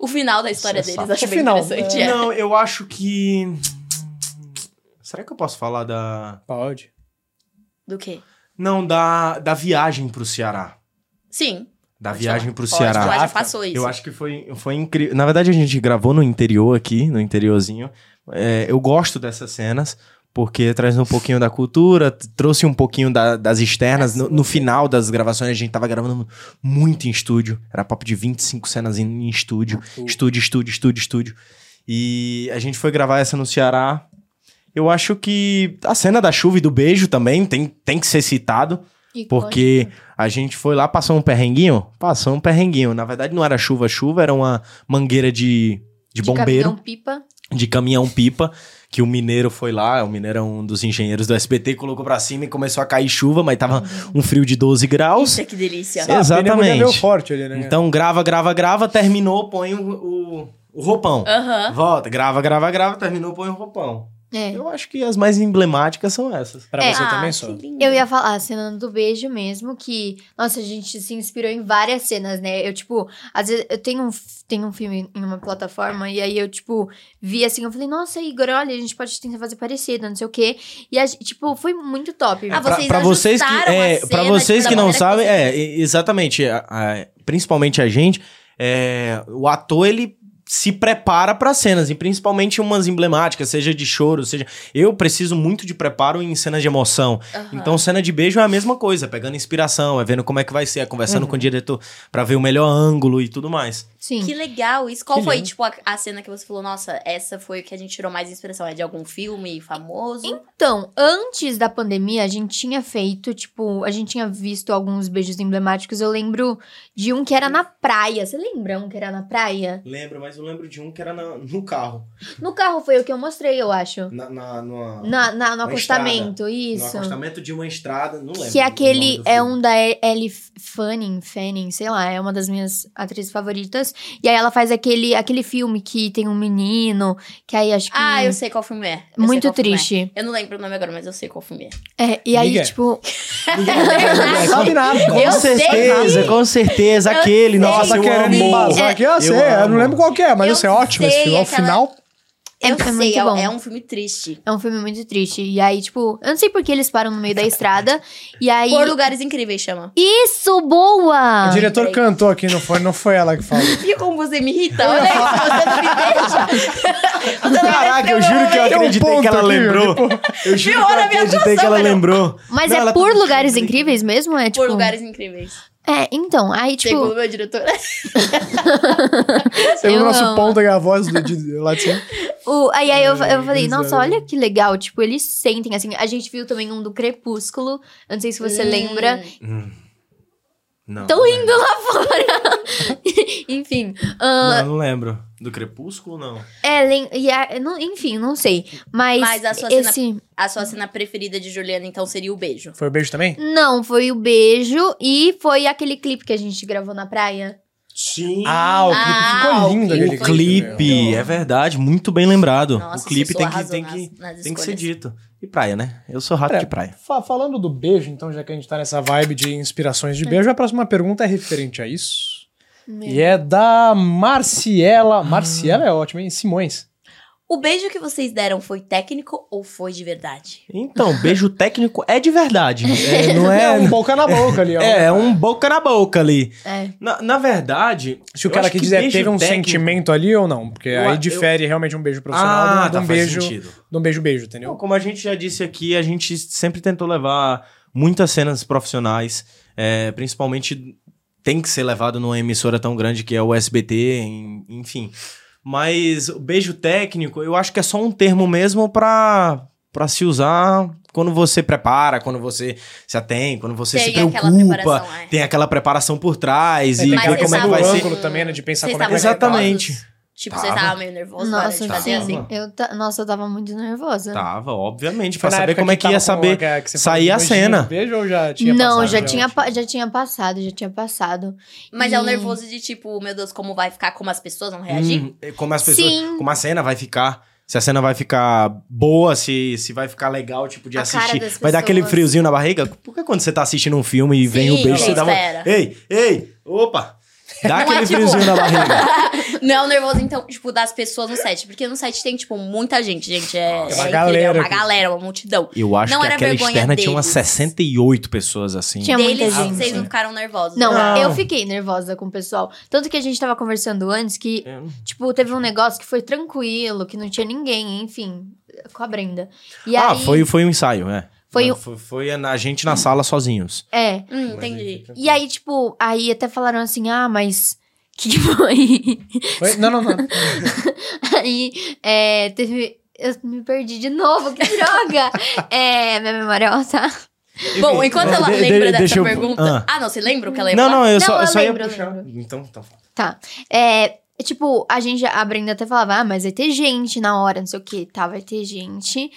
[SPEAKER 3] O final da história
[SPEAKER 1] é
[SPEAKER 4] Sensato.
[SPEAKER 3] deles, acho
[SPEAKER 4] O
[SPEAKER 3] bem
[SPEAKER 4] final,
[SPEAKER 3] interessante.
[SPEAKER 4] né?
[SPEAKER 3] é.
[SPEAKER 1] Não, eu acho que. Será que eu posso falar da.
[SPEAKER 4] Pode.
[SPEAKER 3] Do quê?
[SPEAKER 1] Não, da, da viagem pro Ceará.
[SPEAKER 3] Sim.
[SPEAKER 1] Da
[SPEAKER 3] Pode
[SPEAKER 1] viagem pro
[SPEAKER 3] Pode,
[SPEAKER 1] Ceará.
[SPEAKER 3] falar, já
[SPEAKER 4] África.
[SPEAKER 3] passou isso.
[SPEAKER 1] Eu acho que foi, foi incrível. Na verdade, a gente gravou no interior aqui, no interiorzinho. É, eu gosto dessas cenas, porque traz um pouquinho da cultura, t- trouxe um pouquinho da- das externas. No, no final das gravações, a gente tava gravando muito em estúdio. Era papo de 25 cenas em, em estúdio. Estúdio, estúdio, estúdio, estúdio. E a gente foi gravar essa no Ceará. Eu acho que a cena da chuva e do beijo também tem, tem que ser citado.
[SPEAKER 5] E
[SPEAKER 1] Porque a gente foi lá, passou um perrenguinho? Passou um perrenguinho. Na verdade, não era chuva, chuva, era uma mangueira de, de,
[SPEAKER 5] de
[SPEAKER 1] bombeiro,
[SPEAKER 5] caminhão pipa.
[SPEAKER 1] de caminhão-pipa, que o mineiro foi lá, o mineiro é um dos engenheiros do SBT, colocou pra cima e começou a cair chuva, mas tava
[SPEAKER 5] Uhum.
[SPEAKER 1] um frio de 12 graus.
[SPEAKER 3] Puta, que
[SPEAKER 4] Tá,
[SPEAKER 3] delícia.
[SPEAKER 1] Sim. Exatamente.
[SPEAKER 4] A pneumonia veio é forte ali, né?
[SPEAKER 1] Então grava, grava, grava, terminou, põe o, o, o roupão.
[SPEAKER 3] Aham.
[SPEAKER 1] Volta, grava, grava, grava, terminou, põe o roupão.
[SPEAKER 5] É.
[SPEAKER 1] Eu acho que as mais emblemáticas são essas.
[SPEAKER 4] Pra
[SPEAKER 5] É.
[SPEAKER 4] você
[SPEAKER 3] ah,
[SPEAKER 4] também só.
[SPEAKER 3] que lindo.
[SPEAKER 5] Eu ia falar a cena do beijo mesmo, que, nossa, a gente se inspirou em várias cenas, né? Eu, tipo, às vezes eu tenho um, f- tenho um filme em uma plataforma e aí eu, tipo, vi assim, eu falei, nossa, Igor, olha, a gente pode tentar fazer parecido, não sei o quê. E, a, gente, tipo, foi muito top.
[SPEAKER 3] Ah,
[SPEAKER 1] Pra-
[SPEAKER 3] vocês
[SPEAKER 1] pra vocês que
[SPEAKER 3] ajustaram
[SPEAKER 1] é,
[SPEAKER 3] a
[SPEAKER 1] para
[SPEAKER 3] cena,
[SPEAKER 1] vocês
[SPEAKER 3] tipo,
[SPEAKER 1] que
[SPEAKER 3] da
[SPEAKER 1] não
[SPEAKER 3] maneira que
[SPEAKER 1] sabem,
[SPEAKER 3] vocês-
[SPEAKER 1] é e- exatamente, a- a- principalmente a gente, é, o ator ele se prepara para cenas e principalmente umas emblemáticas, seja de choro, seja eu preciso muito de preparo em cenas de emoção.
[SPEAKER 3] Aham.
[SPEAKER 1] Então cena de beijo é a mesma coisa, é pegando inspiração, é vendo como é que vai ser, é
[SPEAKER 3] Uhum.
[SPEAKER 1] conversando com o diretor pra ver o melhor ângulo e tudo mais.
[SPEAKER 5] Sim.
[SPEAKER 3] Que legal isso. Qual
[SPEAKER 1] Que
[SPEAKER 3] foi,
[SPEAKER 1] lindo.
[SPEAKER 3] tipo, a, a cena que você falou, nossa, essa foi o que a gente tirou mais inspiração? É de algum filme famoso?
[SPEAKER 5] Então, antes da pandemia, a gente tinha feito, tipo, a gente tinha visto alguns beijos emblemáticos. Eu lembro de um que era na praia. Você lembra um que era na praia?
[SPEAKER 1] Lembro, mas eu lembro de um que era no carro,
[SPEAKER 5] No carro foi o que eu mostrei, eu acho. Na, na- no
[SPEAKER 1] Uma
[SPEAKER 5] acostamento, isso.
[SPEAKER 1] acostamento de uma estrada, não lembro.
[SPEAKER 5] Que é aquele é um da Ellie Fanning, Fanning, sei lá, é uma das minhas atrizes favoritas. E aí ela faz aquele, aquele filme que tem um menino, que aí acho que
[SPEAKER 3] Ah, eu sei qual filme é. Eu sei
[SPEAKER 5] muito
[SPEAKER 3] qual filme é.
[SPEAKER 5] triste.
[SPEAKER 3] Eu não lembro o nome agora, mas eu sei qual filme é.
[SPEAKER 5] É, e aí
[SPEAKER 4] Miguel.
[SPEAKER 5] tipo,
[SPEAKER 4] É, sabe nada.
[SPEAKER 1] Com
[SPEAKER 3] Ah, Eu sei.
[SPEAKER 1] certeza, com certeza. Aquele, nossa,
[SPEAKER 4] é Nossa,
[SPEAKER 1] eu
[SPEAKER 4] querendo
[SPEAKER 1] amo.
[SPEAKER 4] embasar aqui, eu, sei.
[SPEAKER 1] amo.
[SPEAKER 4] Eu não lembro qual que é, mas
[SPEAKER 3] É. Eu
[SPEAKER 4] esse é ótimo. Esse
[SPEAKER 3] sei,
[SPEAKER 4] filme, ao
[SPEAKER 3] aquela-
[SPEAKER 4] final,
[SPEAKER 5] É-
[SPEAKER 3] eu
[SPEAKER 5] é
[SPEAKER 3] sei,
[SPEAKER 5] muito
[SPEAKER 3] é,
[SPEAKER 5] bom.
[SPEAKER 3] é um filme triste.
[SPEAKER 5] é um filme muito triste. E aí tipo, eu não sei por que eles param no meio da estrada. E aí
[SPEAKER 3] Por Lugares Incríveis chama.
[SPEAKER 5] isso boa.
[SPEAKER 3] Ah,
[SPEAKER 4] o diretor
[SPEAKER 3] lembrei.
[SPEAKER 4] cantou aqui, não foi, não foi ela que falou.
[SPEAKER 3] E como você me irrita, olha isso, você não me deixa. Você não me deixa
[SPEAKER 1] Caraca, eu juro que eu
[SPEAKER 4] Tem um
[SPEAKER 1] acreditei que
[SPEAKER 4] ponto
[SPEAKER 1] ela
[SPEAKER 4] aqui,
[SPEAKER 1] lembrou. Eu juro
[SPEAKER 3] Pior
[SPEAKER 1] que eu
[SPEAKER 3] a minha
[SPEAKER 1] acreditei que
[SPEAKER 3] atuação,
[SPEAKER 1] ela
[SPEAKER 3] velho.
[SPEAKER 1] lembrou.
[SPEAKER 5] Mas
[SPEAKER 1] Não, ela
[SPEAKER 5] é por
[SPEAKER 1] tá-
[SPEAKER 5] lugares incríveis mesmo, é tipo
[SPEAKER 3] Por Lugares Incríveis.
[SPEAKER 5] É, então, aí tipo
[SPEAKER 3] Segundo o meu diretor.
[SPEAKER 4] Teve o
[SPEAKER 5] Eu
[SPEAKER 4] nosso
[SPEAKER 5] amo.
[SPEAKER 4] ponto aqui, a voz do, de, lá de cima.
[SPEAKER 5] O- aí aí eu,
[SPEAKER 1] É,
[SPEAKER 5] eu falei,
[SPEAKER 4] eles
[SPEAKER 5] nossa,
[SPEAKER 4] devem-
[SPEAKER 5] olha que legal. Tipo, eles sentem assim. A gente viu também um do Crepúsculo. Eu não sei se você
[SPEAKER 3] Hum.
[SPEAKER 5] lembra.
[SPEAKER 1] Não,
[SPEAKER 5] Tão
[SPEAKER 1] não
[SPEAKER 5] indo
[SPEAKER 1] lembro.
[SPEAKER 5] lá fora. Enfim. ahn,
[SPEAKER 1] Não, não lembro. Do Crepúsculo, não.
[SPEAKER 5] é, lem- e a- não- enfim, não sei. Mas,
[SPEAKER 3] Mas a sua cena-
[SPEAKER 5] esse.
[SPEAKER 3] A sua cena preferida de Juliana, então, seria o beijo.
[SPEAKER 4] Foi o beijo também?
[SPEAKER 5] Não, foi o beijo e foi aquele clipe que a gente gravou na praia.
[SPEAKER 1] Sim.
[SPEAKER 4] Ah, o clipe
[SPEAKER 3] Ah,
[SPEAKER 4] ficou
[SPEAKER 3] o
[SPEAKER 4] lindo
[SPEAKER 3] clipe
[SPEAKER 4] aquele
[SPEAKER 1] o clipe, é verdade, muito bem lembrado.
[SPEAKER 3] Nossa,
[SPEAKER 1] o clipe
[SPEAKER 3] Sussu
[SPEAKER 1] tem que,
[SPEAKER 3] arrasou
[SPEAKER 1] tem,
[SPEAKER 3] nas-
[SPEAKER 1] que,
[SPEAKER 3] nas
[SPEAKER 1] tem que ser
[SPEAKER 3] escolhas.
[SPEAKER 1] dito. E praia, né? Eu sou rato
[SPEAKER 4] Praia.
[SPEAKER 1] de praia.
[SPEAKER 4] Fa- falando do beijo, então, já que a gente tá nessa vibe de inspirações de beijo, a próxima pergunta é referente a isso. E é da Marciela. Marciela é ótima, hein? Simões.
[SPEAKER 3] O beijo que vocês deram foi técnico ou foi de verdade?
[SPEAKER 1] Então, beijo técnico é de verdade. É, não
[SPEAKER 4] É,
[SPEAKER 1] é.
[SPEAKER 4] um boca na boca ali, ó.
[SPEAKER 1] É, é um boca na boca ali.
[SPEAKER 5] É.
[SPEAKER 1] Na, na verdade.
[SPEAKER 4] Se o
[SPEAKER 1] eu
[SPEAKER 4] cara
[SPEAKER 1] acho
[SPEAKER 4] que
[SPEAKER 1] que
[SPEAKER 4] dizer
[SPEAKER 1] beijo
[SPEAKER 4] teve um
[SPEAKER 1] técnico-
[SPEAKER 4] sentimento ali ou não, porque
[SPEAKER 1] Eu-
[SPEAKER 4] aí difere realmente um beijo profissional
[SPEAKER 1] Ah,
[SPEAKER 4] de um-
[SPEAKER 1] tá,
[SPEAKER 4] de um
[SPEAKER 1] faz
[SPEAKER 4] beijo,
[SPEAKER 1] sentido.
[SPEAKER 4] de um beijo beijo,
[SPEAKER 1] Não,
[SPEAKER 4] entendeu?
[SPEAKER 1] como a gente já disse aqui, a gente sempre tentou levar muitas cenas profissionais, é, principalmente tem que ser levado numa emissora tão grande que é o SBT, em- enfim. Mas o beijo técnico, eu acho que é só um termo mesmo pra, pra se usar quando você prepara, quando você se atém, quando você se preocupa.
[SPEAKER 3] é.
[SPEAKER 1] Tem aquela preparação por trás
[SPEAKER 4] É,
[SPEAKER 1] e
[SPEAKER 4] tem
[SPEAKER 3] Mas
[SPEAKER 1] ver
[SPEAKER 4] que
[SPEAKER 1] como é
[SPEAKER 4] ver
[SPEAKER 1] que
[SPEAKER 3] estavam-
[SPEAKER 1] vai
[SPEAKER 4] o
[SPEAKER 1] ser.
[SPEAKER 4] ângulo também, né? De pensar
[SPEAKER 3] Vocês
[SPEAKER 4] como é que
[SPEAKER 3] estavam
[SPEAKER 4] vai
[SPEAKER 1] Exatamente.
[SPEAKER 3] nervosos? Tipo, vocês
[SPEAKER 1] Tava.
[SPEAKER 3] estavam meio nervosos na hora de
[SPEAKER 5] Nossa,
[SPEAKER 3] fazer
[SPEAKER 1] tava.
[SPEAKER 3] assim?
[SPEAKER 5] Eu ta- Nossa, eu tava muito nervosa.
[SPEAKER 1] Tava, obviamente,
[SPEAKER 4] Foi
[SPEAKER 1] pra
[SPEAKER 4] na
[SPEAKER 1] saber
[SPEAKER 4] época
[SPEAKER 1] como é que
[SPEAKER 4] tava
[SPEAKER 1] ia
[SPEAKER 4] com
[SPEAKER 1] saber.
[SPEAKER 4] a- que você
[SPEAKER 1] sair
[SPEAKER 4] falou
[SPEAKER 1] a
[SPEAKER 4] do beijinho,
[SPEAKER 1] cena.
[SPEAKER 4] Beijo ou já tinha
[SPEAKER 5] Não,
[SPEAKER 4] passado,
[SPEAKER 5] já tinha, pa- já tinha passado, já tinha passado.
[SPEAKER 3] Mas é o
[SPEAKER 5] E-
[SPEAKER 3] nervoso de tipo, meu Deus, como vai ficar, como as pessoas vão reagir?
[SPEAKER 1] Hum, como as pessoas.
[SPEAKER 5] É, Sim.
[SPEAKER 1] Como a cena vai ficar. Se a cena vai ficar boa, se, se vai ficar legal, tipo, de
[SPEAKER 5] A cara
[SPEAKER 1] assistir.
[SPEAKER 5] das
[SPEAKER 1] Vai dar aquele
[SPEAKER 5] pessoas.
[SPEAKER 1] friozinho na barriga? Por que quando você tá assistindo um filme e vem
[SPEAKER 3] Sim,
[SPEAKER 1] o beijo,
[SPEAKER 3] você
[SPEAKER 1] você dá uma.
[SPEAKER 3] espera.
[SPEAKER 1] Ei, ei, opa! Dá
[SPEAKER 3] Não é
[SPEAKER 1] aquele
[SPEAKER 3] tipo-
[SPEAKER 1] friozinho na barriga.
[SPEAKER 3] Não é o nervoso, então, tipo, das pessoas no set. Porque no set tem, tipo, muita gente, gente. É,
[SPEAKER 4] uma
[SPEAKER 3] é incrível,
[SPEAKER 4] galera.
[SPEAKER 3] é uma galera, uma multidão.
[SPEAKER 1] Eu acho
[SPEAKER 3] Não
[SPEAKER 1] que
[SPEAKER 3] era
[SPEAKER 1] aquela
[SPEAKER 3] vergonha
[SPEAKER 1] externa tinha umas
[SPEAKER 3] deles.
[SPEAKER 1] 68 pessoas assim.
[SPEAKER 5] Tinha É muita
[SPEAKER 3] Deles,
[SPEAKER 5] gente.
[SPEAKER 3] vocês não ficaram nervosos.
[SPEAKER 5] Não,
[SPEAKER 1] Não.
[SPEAKER 5] eu fiquei nervosa com o pessoal. Tanto que a gente tava conversando antes que,
[SPEAKER 1] É.
[SPEAKER 5] tipo, teve um negócio que foi tranquilo, que não tinha ninguém, enfim, com a Brenda. E
[SPEAKER 1] ah,
[SPEAKER 5] aí,
[SPEAKER 1] foi, foi um ensaio, é.
[SPEAKER 5] Foi o-
[SPEAKER 1] foi, foi a gente na sala sozinhos.
[SPEAKER 5] É.
[SPEAKER 3] Hum, entendi.
[SPEAKER 5] E aí, tipo, aí até falaram assim, ah, mas. Que que foi?
[SPEAKER 4] Foi? Não, não, não.
[SPEAKER 5] Aí, é, teve. Eu me perdi de novo, que droga! é, minha memória, ela tá.
[SPEAKER 3] Bom, enquanto ela
[SPEAKER 1] De- de-
[SPEAKER 3] lembra dessa
[SPEAKER 1] deixa eu-
[SPEAKER 3] pergunta. Ah, não, você lembra o que ela ia
[SPEAKER 1] Não,
[SPEAKER 3] falar?
[SPEAKER 1] não, eu
[SPEAKER 5] Não,
[SPEAKER 1] só,
[SPEAKER 5] eu
[SPEAKER 1] só ia
[SPEAKER 5] lembro, eu
[SPEAKER 1] puxar.
[SPEAKER 5] lembro.
[SPEAKER 1] Então, tá.
[SPEAKER 5] É, tipo, a gente, a Brenda até falava, ah, mas vai ter gente na hora, não sei o que, tá, vai ter gente.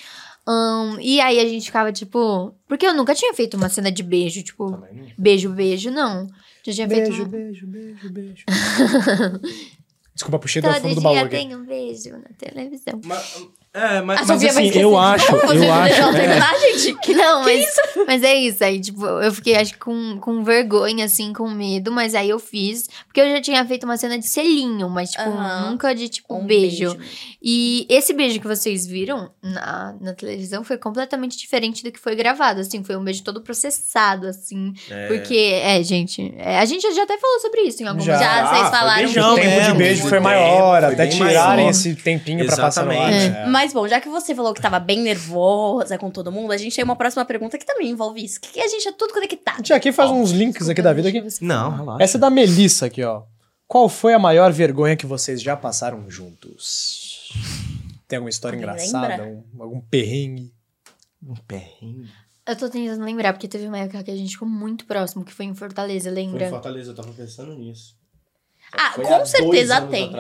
[SPEAKER 5] Ahn, e aí a gente ficava, tipo, porque eu nunca tinha feito uma cena de beijo, tipo, beijo, beijo, não. Já tinha feito
[SPEAKER 4] Beijo,
[SPEAKER 5] uma...
[SPEAKER 4] beijo, beijo, beijo. Desculpa, puxei do fundo
[SPEAKER 5] Todo
[SPEAKER 4] do baú
[SPEAKER 5] dia
[SPEAKER 4] aqui.
[SPEAKER 5] tem um beijo na televisão.
[SPEAKER 1] Mas, é, mas, mas
[SPEAKER 3] A Sofia
[SPEAKER 1] assim,
[SPEAKER 3] vai esquecer
[SPEAKER 1] eu
[SPEAKER 3] de
[SPEAKER 1] acho,
[SPEAKER 3] novo, vocês
[SPEAKER 1] eu
[SPEAKER 3] não
[SPEAKER 1] acho.
[SPEAKER 3] deixaram
[SPEAKER 1] é,
[SPEAKER 3] terminar, gente?
[SPEAKER 5] Que não, mas, mas é isso. Aí, tipo, eu fiquei, acho que com, com vergonha, assim, com medo, mas aí eu fiz. Porque eu já tinha feito uma cena de selinho, mas, tipo,
[SPEAKER 3] Aham.
[SPEAKER 5] nunca de, tipo,
[SPEAKER 3] Um
[SPEAKER 5] beijo.
[SPEAKER 3] beijo.
[SPEAKER 5] E esse beijo que vocês viram na, na televisão foi completamente diferente do que foi gravado, assim, foi um beijo todo processado, assim.
[SPEAKER 1] é.
[SPEAKER 5] Porque, é, gente, é, a gente já até falou sobre isso em algum
[SPEAKER 4] Já.
[SPEAKER 5] momento.
[SPEAKER 3] Já,
[SPEAKER 1] Ah,
[SPEAKER 3] vocês
[SPEAKER 1] foi
[SPEAKER 3] falaram.
[SPEAKER 1] beijão
[SPEAKER 4] o
[SPEAKER 1] Não,
[SPEAKER 4] tempo
[SPEAKER 1] é,
[SPEAKER 4] de beijo
[SPEAKER 1] muito
[SPEAKER 4] foi maior,
[SPEAKER 1] tempo, foi
[SPEAKER 4] até
[SPEAKER 1] bem
[SPEAKER 4] tirarem
[SPEAKER 1] maior.
[SPEAKER 4] esse tempinho pra passar no ar.
[SPEAKER 1] Exatamente.
[SPEAKER 4] É.
[SPEAKER 3] Mas bom, já que você falou que tava bem nervosa com todo mundo, a gente tem uma próxima pergunta que também envolve isso. Que a gente é tudo
[SPEAKER 4] A
[SPEAKER 3] conectado.
[SPEAKER 4] gente aqui faz uns links aqui da vida aqui.
[SPEAKER 1] Não, relaxa.
[SPEAKER 4] Essa é da Melissa aqui, ó. Qual foi a maior vergonha que vocês já passaram juntos? Tem alguma história
[SPEAKER 3] Alguém
[SPEAKER 4] engraçada?
[SPEAKER 3] lembra?
[SPEAKER 4] Um- algum perrengue?
[SPEAKER 1] Um perrengue.
[SPEAKER 5] Eu tô tentando lembrar, porque teve uma época que a gente ficou muito próximo, que foi em Fortaleza, lembra?
[SPEAKER 1] Fortaleza, eu tava pensando nisso.
[SPEAKER 3] Ah, com certeza tem.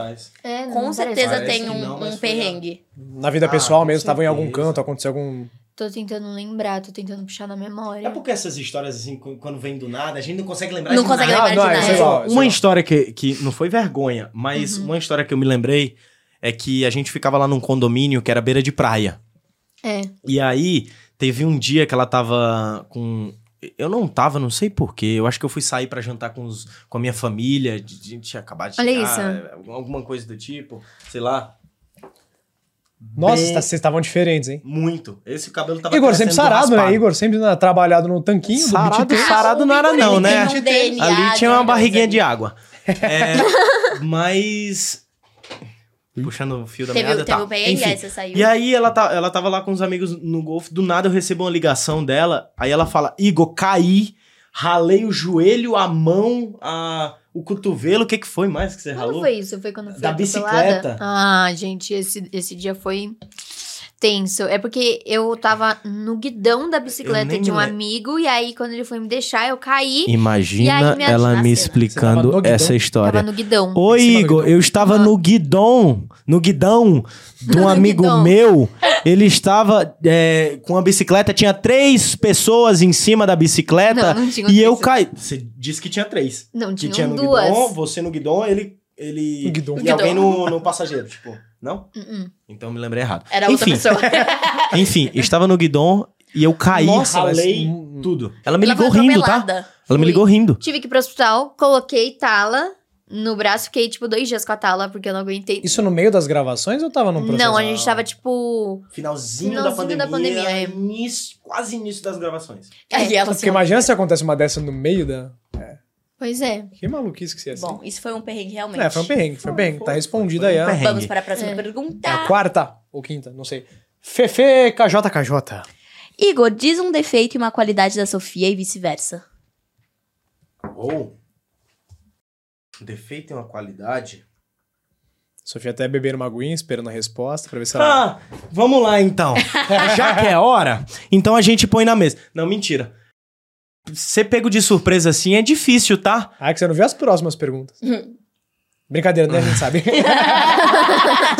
[SPEAKER 5] É, não,
[SPEAKER 3] Com
[SPEAKER 5] não
[SPEAKER 3] certeza
[SPEAKER 5] parece.
[SPEAKER 1] Parece
[SPEAKER 3] tem
[SPEAKER 1] que
[SPEAKER 3] um,
[SPEAKER 1] não, mas
[SPEAKER 3] um
[SPEAKER 1] foi a-
[SPEAKER 3] perrengue.
[SPEAKER 4] Na vida
[SPEAKER 1] Ah,
[SPEAKER 4] pessoal
[SPEAKER 1] com
[SPEAKER 4] mesmo, estavam em algum
[SPEAKER 1] certeza.
[SPEAKER 4] canto, aconteceu algum.
[SPEAKER 5] Tô tentando lembrar, tô tentando puxar na memória.
[SPEAKER 1] É porque essas histórias, assim, qu- quando vem do nada, a gente não consegue lembrar
[SPEAKER 3] Não
[SPEAKER 1] de
[SPEAKER 3] consegue
[SPEAKER 1] nada.
[SPEAKER 3] lembrar de nada.
[SPEAKER 4] isso é igual, isso é
[SPEAKER 1] Uma
[SPEAKER 4] igual.
[SPEAKER 1] história que, que não foi vergonha, mas
[SPEAKER 3] Uhum.
[SPEAKER 1] uma história que eu me lembrei é que a gente ficava lá num condomínio que era beira de praia.
[SPEAKER 5] É.
[SPEAKER 1] E aí, teve um dia que ela tava com. Eu não tava, não sei porquê. Eu acho que eu fui sair pra jantar com, os, com a minha família. de- A gente tinha acabado de
[SPEAKER 5] Olha
[SPEAKER 1] chegar, alguma coisa do tipo, sei lá.
[SPEAKER 4] Nossa,
[SPEAKER 1] Bem-
[SPEAKER 4] tá- vocês estavam diferentes, hein?
[SPEAKER 1] Muito. Esse cabelo tava
[SPEAKER 4] Igor sempre
[SPEAKER 1] crescendo
[SPEAKER 4] sarado, né?
[SPEAKER 1] raspado.
[SPEAKER 4] Igor sempre na- trabalhado no tanquinho do
[SPEAKER 1] Sarado,
[SPEAKER 4] BTT.
[SPEAKER 1] sarado
[SPEAKER 3] Ah,
[SPEAKER 1] não era
[SPEAKER 3] o
[SPEAKER 1] não,
[SPEAKER 3] Igor,
[SPEAKER 1] né?
[SPEAKER 3] ele tem um DNA
[SPEAKER 1] Ali tinha uma
[SPEAKER 3] grandioso
[SPEAKER 1] barriguinha
[SPEAKER 3] ali.
[SPEAKER 1] de água. né? É, mas. Puxando o fio da
[SPEAKER 3] Teve,
[SPEAKER 1] meada,
[SPEAKER 3] teve
[SPEAKER 1] tá.
[SPEAKER 3] o perrengue,
[SPEAKER 1] Enfim,
[SPEAKER 3] aí né? você saiu.
[SPEAKER 1] e aí ela, tá, ela tava lá com os amigos no golfe, do nada eu recebo uma ligação dela, aí ela fala, Igor, caí, ralei o joelho, a mão, a, o cotovelo, o que que foi mais que você
[SPEAKER 5] Quando
[SPEAKER 1] ralou?
[SPEAKER 5] foi isso? Foi quando eu fui
[SPEAKER 1] Da
[SPEAKER 5] atropelada?
[SPEAKER 1] bicicleta.
[SPEAKER 5] Ah, gente, esse, esse dia foi tenso. É porque eu tava no guidão da bicicleta
[SPEAKER 1] nem
[SPEAKER 5] de um
[SPEAKER 1] me lem-
[SPEAKER 5] amigo, e aí quando ele foi me deixar, eu caí. E
[SPEAKER 1] Imagina
[SPEAKER 5] aí, minha ela me
[SPEAKER 3] desgraceira.
[SPEAKER 4] explicando Você tava no essa guidão?
[SPEAKER 1] história.
[SPEAKER 5] Tava no guidão.
[SPEAKER 1] Oi,
[SPEAKER 4] Em cima do
[SPEAKER 1] Igor,
[SPEAKER 4] guidão.
[SPEAKER 1] eu estava no guidão, no guidão de um
[SPEAKER 5] No
[SPEAKER 1] amigo
[SPEAKER 5] guidão.
[SPEAKER 1] meu. Ele estava é, com a bicicleta, tinha três pessoas em cima da bicicleta
[SPEAKER 5] Não, não tinha
[SPEAKER 1] e eu
[SPEAKER 5] três.
[SPEAKER 1] caí. Você disse que tinha três.
[SPEAKER 5] Não,
[SPEAKER 1] que
[SPEAKER 5] tinham
[SPEAKER 1] tinha no
[SPEAKER 5] duas.
[SPEAKER 1] guidão, você no guidão, ele. ele
[SPEAKER 4] No guidão.
[SPEAKER 1] E
[SPEAKER 4] Guidão.
[SPEAKER 1] alguém no, no passageiro, tipo, não?
[SPEAKER 5] Uh-uh. É
[SPEAKER 1] Então eu me lembrei errado.
[SPEAKER 3] Era outra
[SPEAKER 1] enfim,
[SPEAKER 3] pessoa.
[SPEAKER 1] Enfim, estava no guidão e eu caí,
[SPEAKER 4] Nossa, mas-
[SPEAKER 1] ralei
[SPEAKER 4] hum,
[SPEAKER 1] tudo. Ela me
[SPEAKER 3] Ela foi
[SPEAKER 1] ligou rindo, tá?
[SPEAKER 3] atropelada.
[SPEAKER 1] Ela me
[SPEAKER 5] Fui.
[SPEAKER 1] ligou rindo.
[SPEAKER 5] Tive que ir pro hospital, coloquei tala no braço, fiquei tipo dois dias com a tala, porque eu não aguentei.
[SPEAKER 4] Isso no meio das gravações ou
[SPEAKER 1] é um
[SPEAKER 4] tava num processo?
[SPEAKER 5] Não, a gente tava tipo.
[SPEAKER 1] Finalzinho,
[SPEAKER 5] Finalzinho da pandemia, é.
[SPEAKER 1] início- quase início das gravações.
[SPEAKER 3] Aí ela
[SPEAKER 4] Porque
[SPEAKER 3] assim, ó,
[SPEAKER 4] imagina se acontece uma dessa no meio da.
[SPEAKER 5] Pois é.
[SPEAKER 4] Que maluquice que você ia ser.
[SPEAKER 3] Bom, isso foi um perrengue realmente.
[SPEAKER 4] É, foi um perrengue, foi um perrengue. Tá respondido
[SPEAKER 1] Foi um
[SPEAKER 4] aí. a-
[SPEAKER 1] perrengue.
[SPEAKER 3] Vamos para a próxima
[SPEAKER 5] É.
[SPEAKER 4] É
[SPEAKER 3] pergunta.
[SPEAKER 4] a quarta ou quinta, não sei. Fefe KJKJ.
[SPEAKER 3] Igor, diz um defeito e uma qualidade da Sofia e vice-versa.
[SPEAKER 1] Ou defeito é uma qualidade.
[SPEAKER 4] Sofia até beber uma aguinha, esperando a resposta, pra ver se ela...
[SPEAKER 1] Ah, vamos lá então. Já que é hora, então a gente põe na mesa. Não, mentira. Ser pego de surpresa assim é difícil, tá?
[SPEAKER 4] Ah, que você não viu as próximas perguntas. Brincadeira, né? A gente sabe.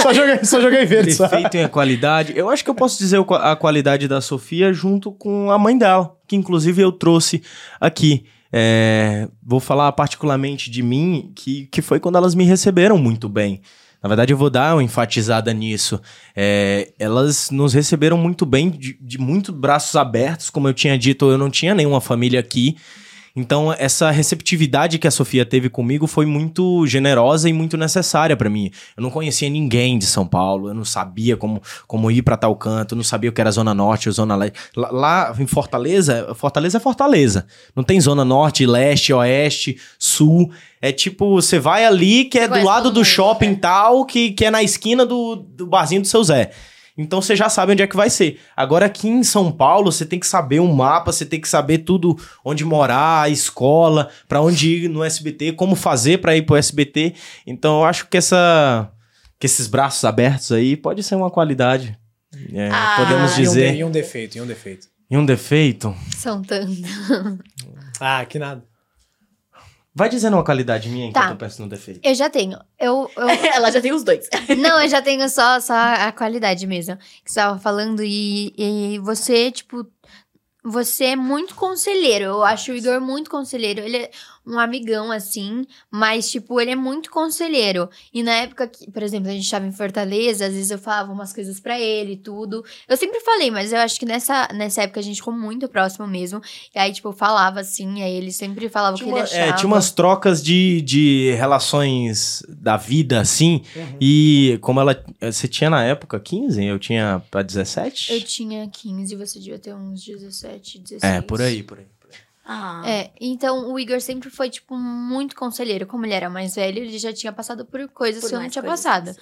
[SPEAKER 4] só, joguei, só joguei verde, só.
[SPEAKER 1] Defeito em qualidade. Eu acho que eu posso dizer o qua- a qualidade da Sofia junto com a mãe dela, que inclusive eu trouxe aqui. É, vou falar particularmente de mim, que, que foi quando elas me receberam muito bem. Na verdade, eu vou dar uma enfatizada nisso. É, elas nos receberam muito bem, de, de muito braços abertos, como eu tinha dito, eu não tinha nenhuma família aqui. Então, essa receptividade que a Sofia teve comigo foi muito generosa e muito necessária pra mim. Eu não conhecia ninguém de São Paulo, eu não sabia como, como ir pra tal canto, eu não sabia o que era Zona Norte ou Zona Leste. Lá, lá em Fortaleza, Fortaleza é Fortaleza. Não tem Zona Norte, Leste, Oeste, Sul. É tipo, você vai ali que é do
[SPEAKER 3] Conhece
[SPEAKER 1] lado
[SPEAKER 3] todo
[SPEAKER 1] do
[SPEAKER 3] mundo,
[SPEAKER 1] shopping
[SPEAKER 3] né?
[SPEAKER 1] tal, que, que é na esquina do, do barzinho do seu Zé. Então você já sabe onde é que vai ser. Agora aqui em São Paulo, você tem que saber um mapa, você tem que saber tudo onde morar, a escola, pra onde ir no SBT, como fazer pra ir pro SBT. Então eu acho que essa que esses braços abertos aí pode ser uma qualidade. É,
[SPEAKER 3] Ah,
[SPEAKER 1] podemos
[SPEAKER 4] E um de-
[SPEAKER 1] dizer.
[SPEAKER 4] E um defeito, e um defeito.
[SPEAKER 1] E um defeito?
[SPEAKER 5] São tantos.
[SPEAKER 4] Ah, que nada.
[SPEAKER 1] Vai dizendo uma qualidade minha enquanto
[SPEAKER 5] Tá.
[SPEAKER 1] eu penso no defeito.
[SPEAKER 5] Eu já tenho. Eu, eu
[SPEAKER 3] Ela já tem os dois.
[SPEAKER 5] Não, eu já tenho só, só a qualidade mesmo. Que você tava falando. E, e você, tipo. Você é muito conselheiro. Eu acho o Igor muito conselheiro. Ele é um amigão, assim. Mas, tipo, ele é muito conselheiro. E na época que, por exemplo, a gente tava em Fortaleza, às vezes eu falava umas coisas pra ele e tudo. Eu sempre falei, mas eu acho que nessa, nessa época a gente ficou muito próximo mesmo. E aí, tipo, eu falava assim. E aí ele sempre falava o que
[SPEAKER 1] Tinha,
[SPEAKER 5] ele
[SPEAKER 1] uma- é,
[SPEAKER 5] achava.
[SPEAKER 1] tinha umas trocas de, de relações da vida, assim.
[SPEAKER 5] Uhum.
[SPEAKER 1] E como ela. Você tinha na época 15, eu tinha pra 17?
[SPEAKER 5] Eu tinha 15, você devia ter uns 17, 16.
[SPEAKER 1] É, por aí, por aí. por aí.
[SPEAKER 3] Ah.
[SPEAKER 5] É, então o Igor sempre foi, tipo, muito conselheiro. Como ele era mais velho, ele já tinha passado por coisas
[SPEAKER 3] Por
[SPEAKER 5] que eu não
[SPEAKER 3] mais
[SPEAKER 5] tinha
[SPEAKER 3] coisas.
[SPEAKER 5] passado.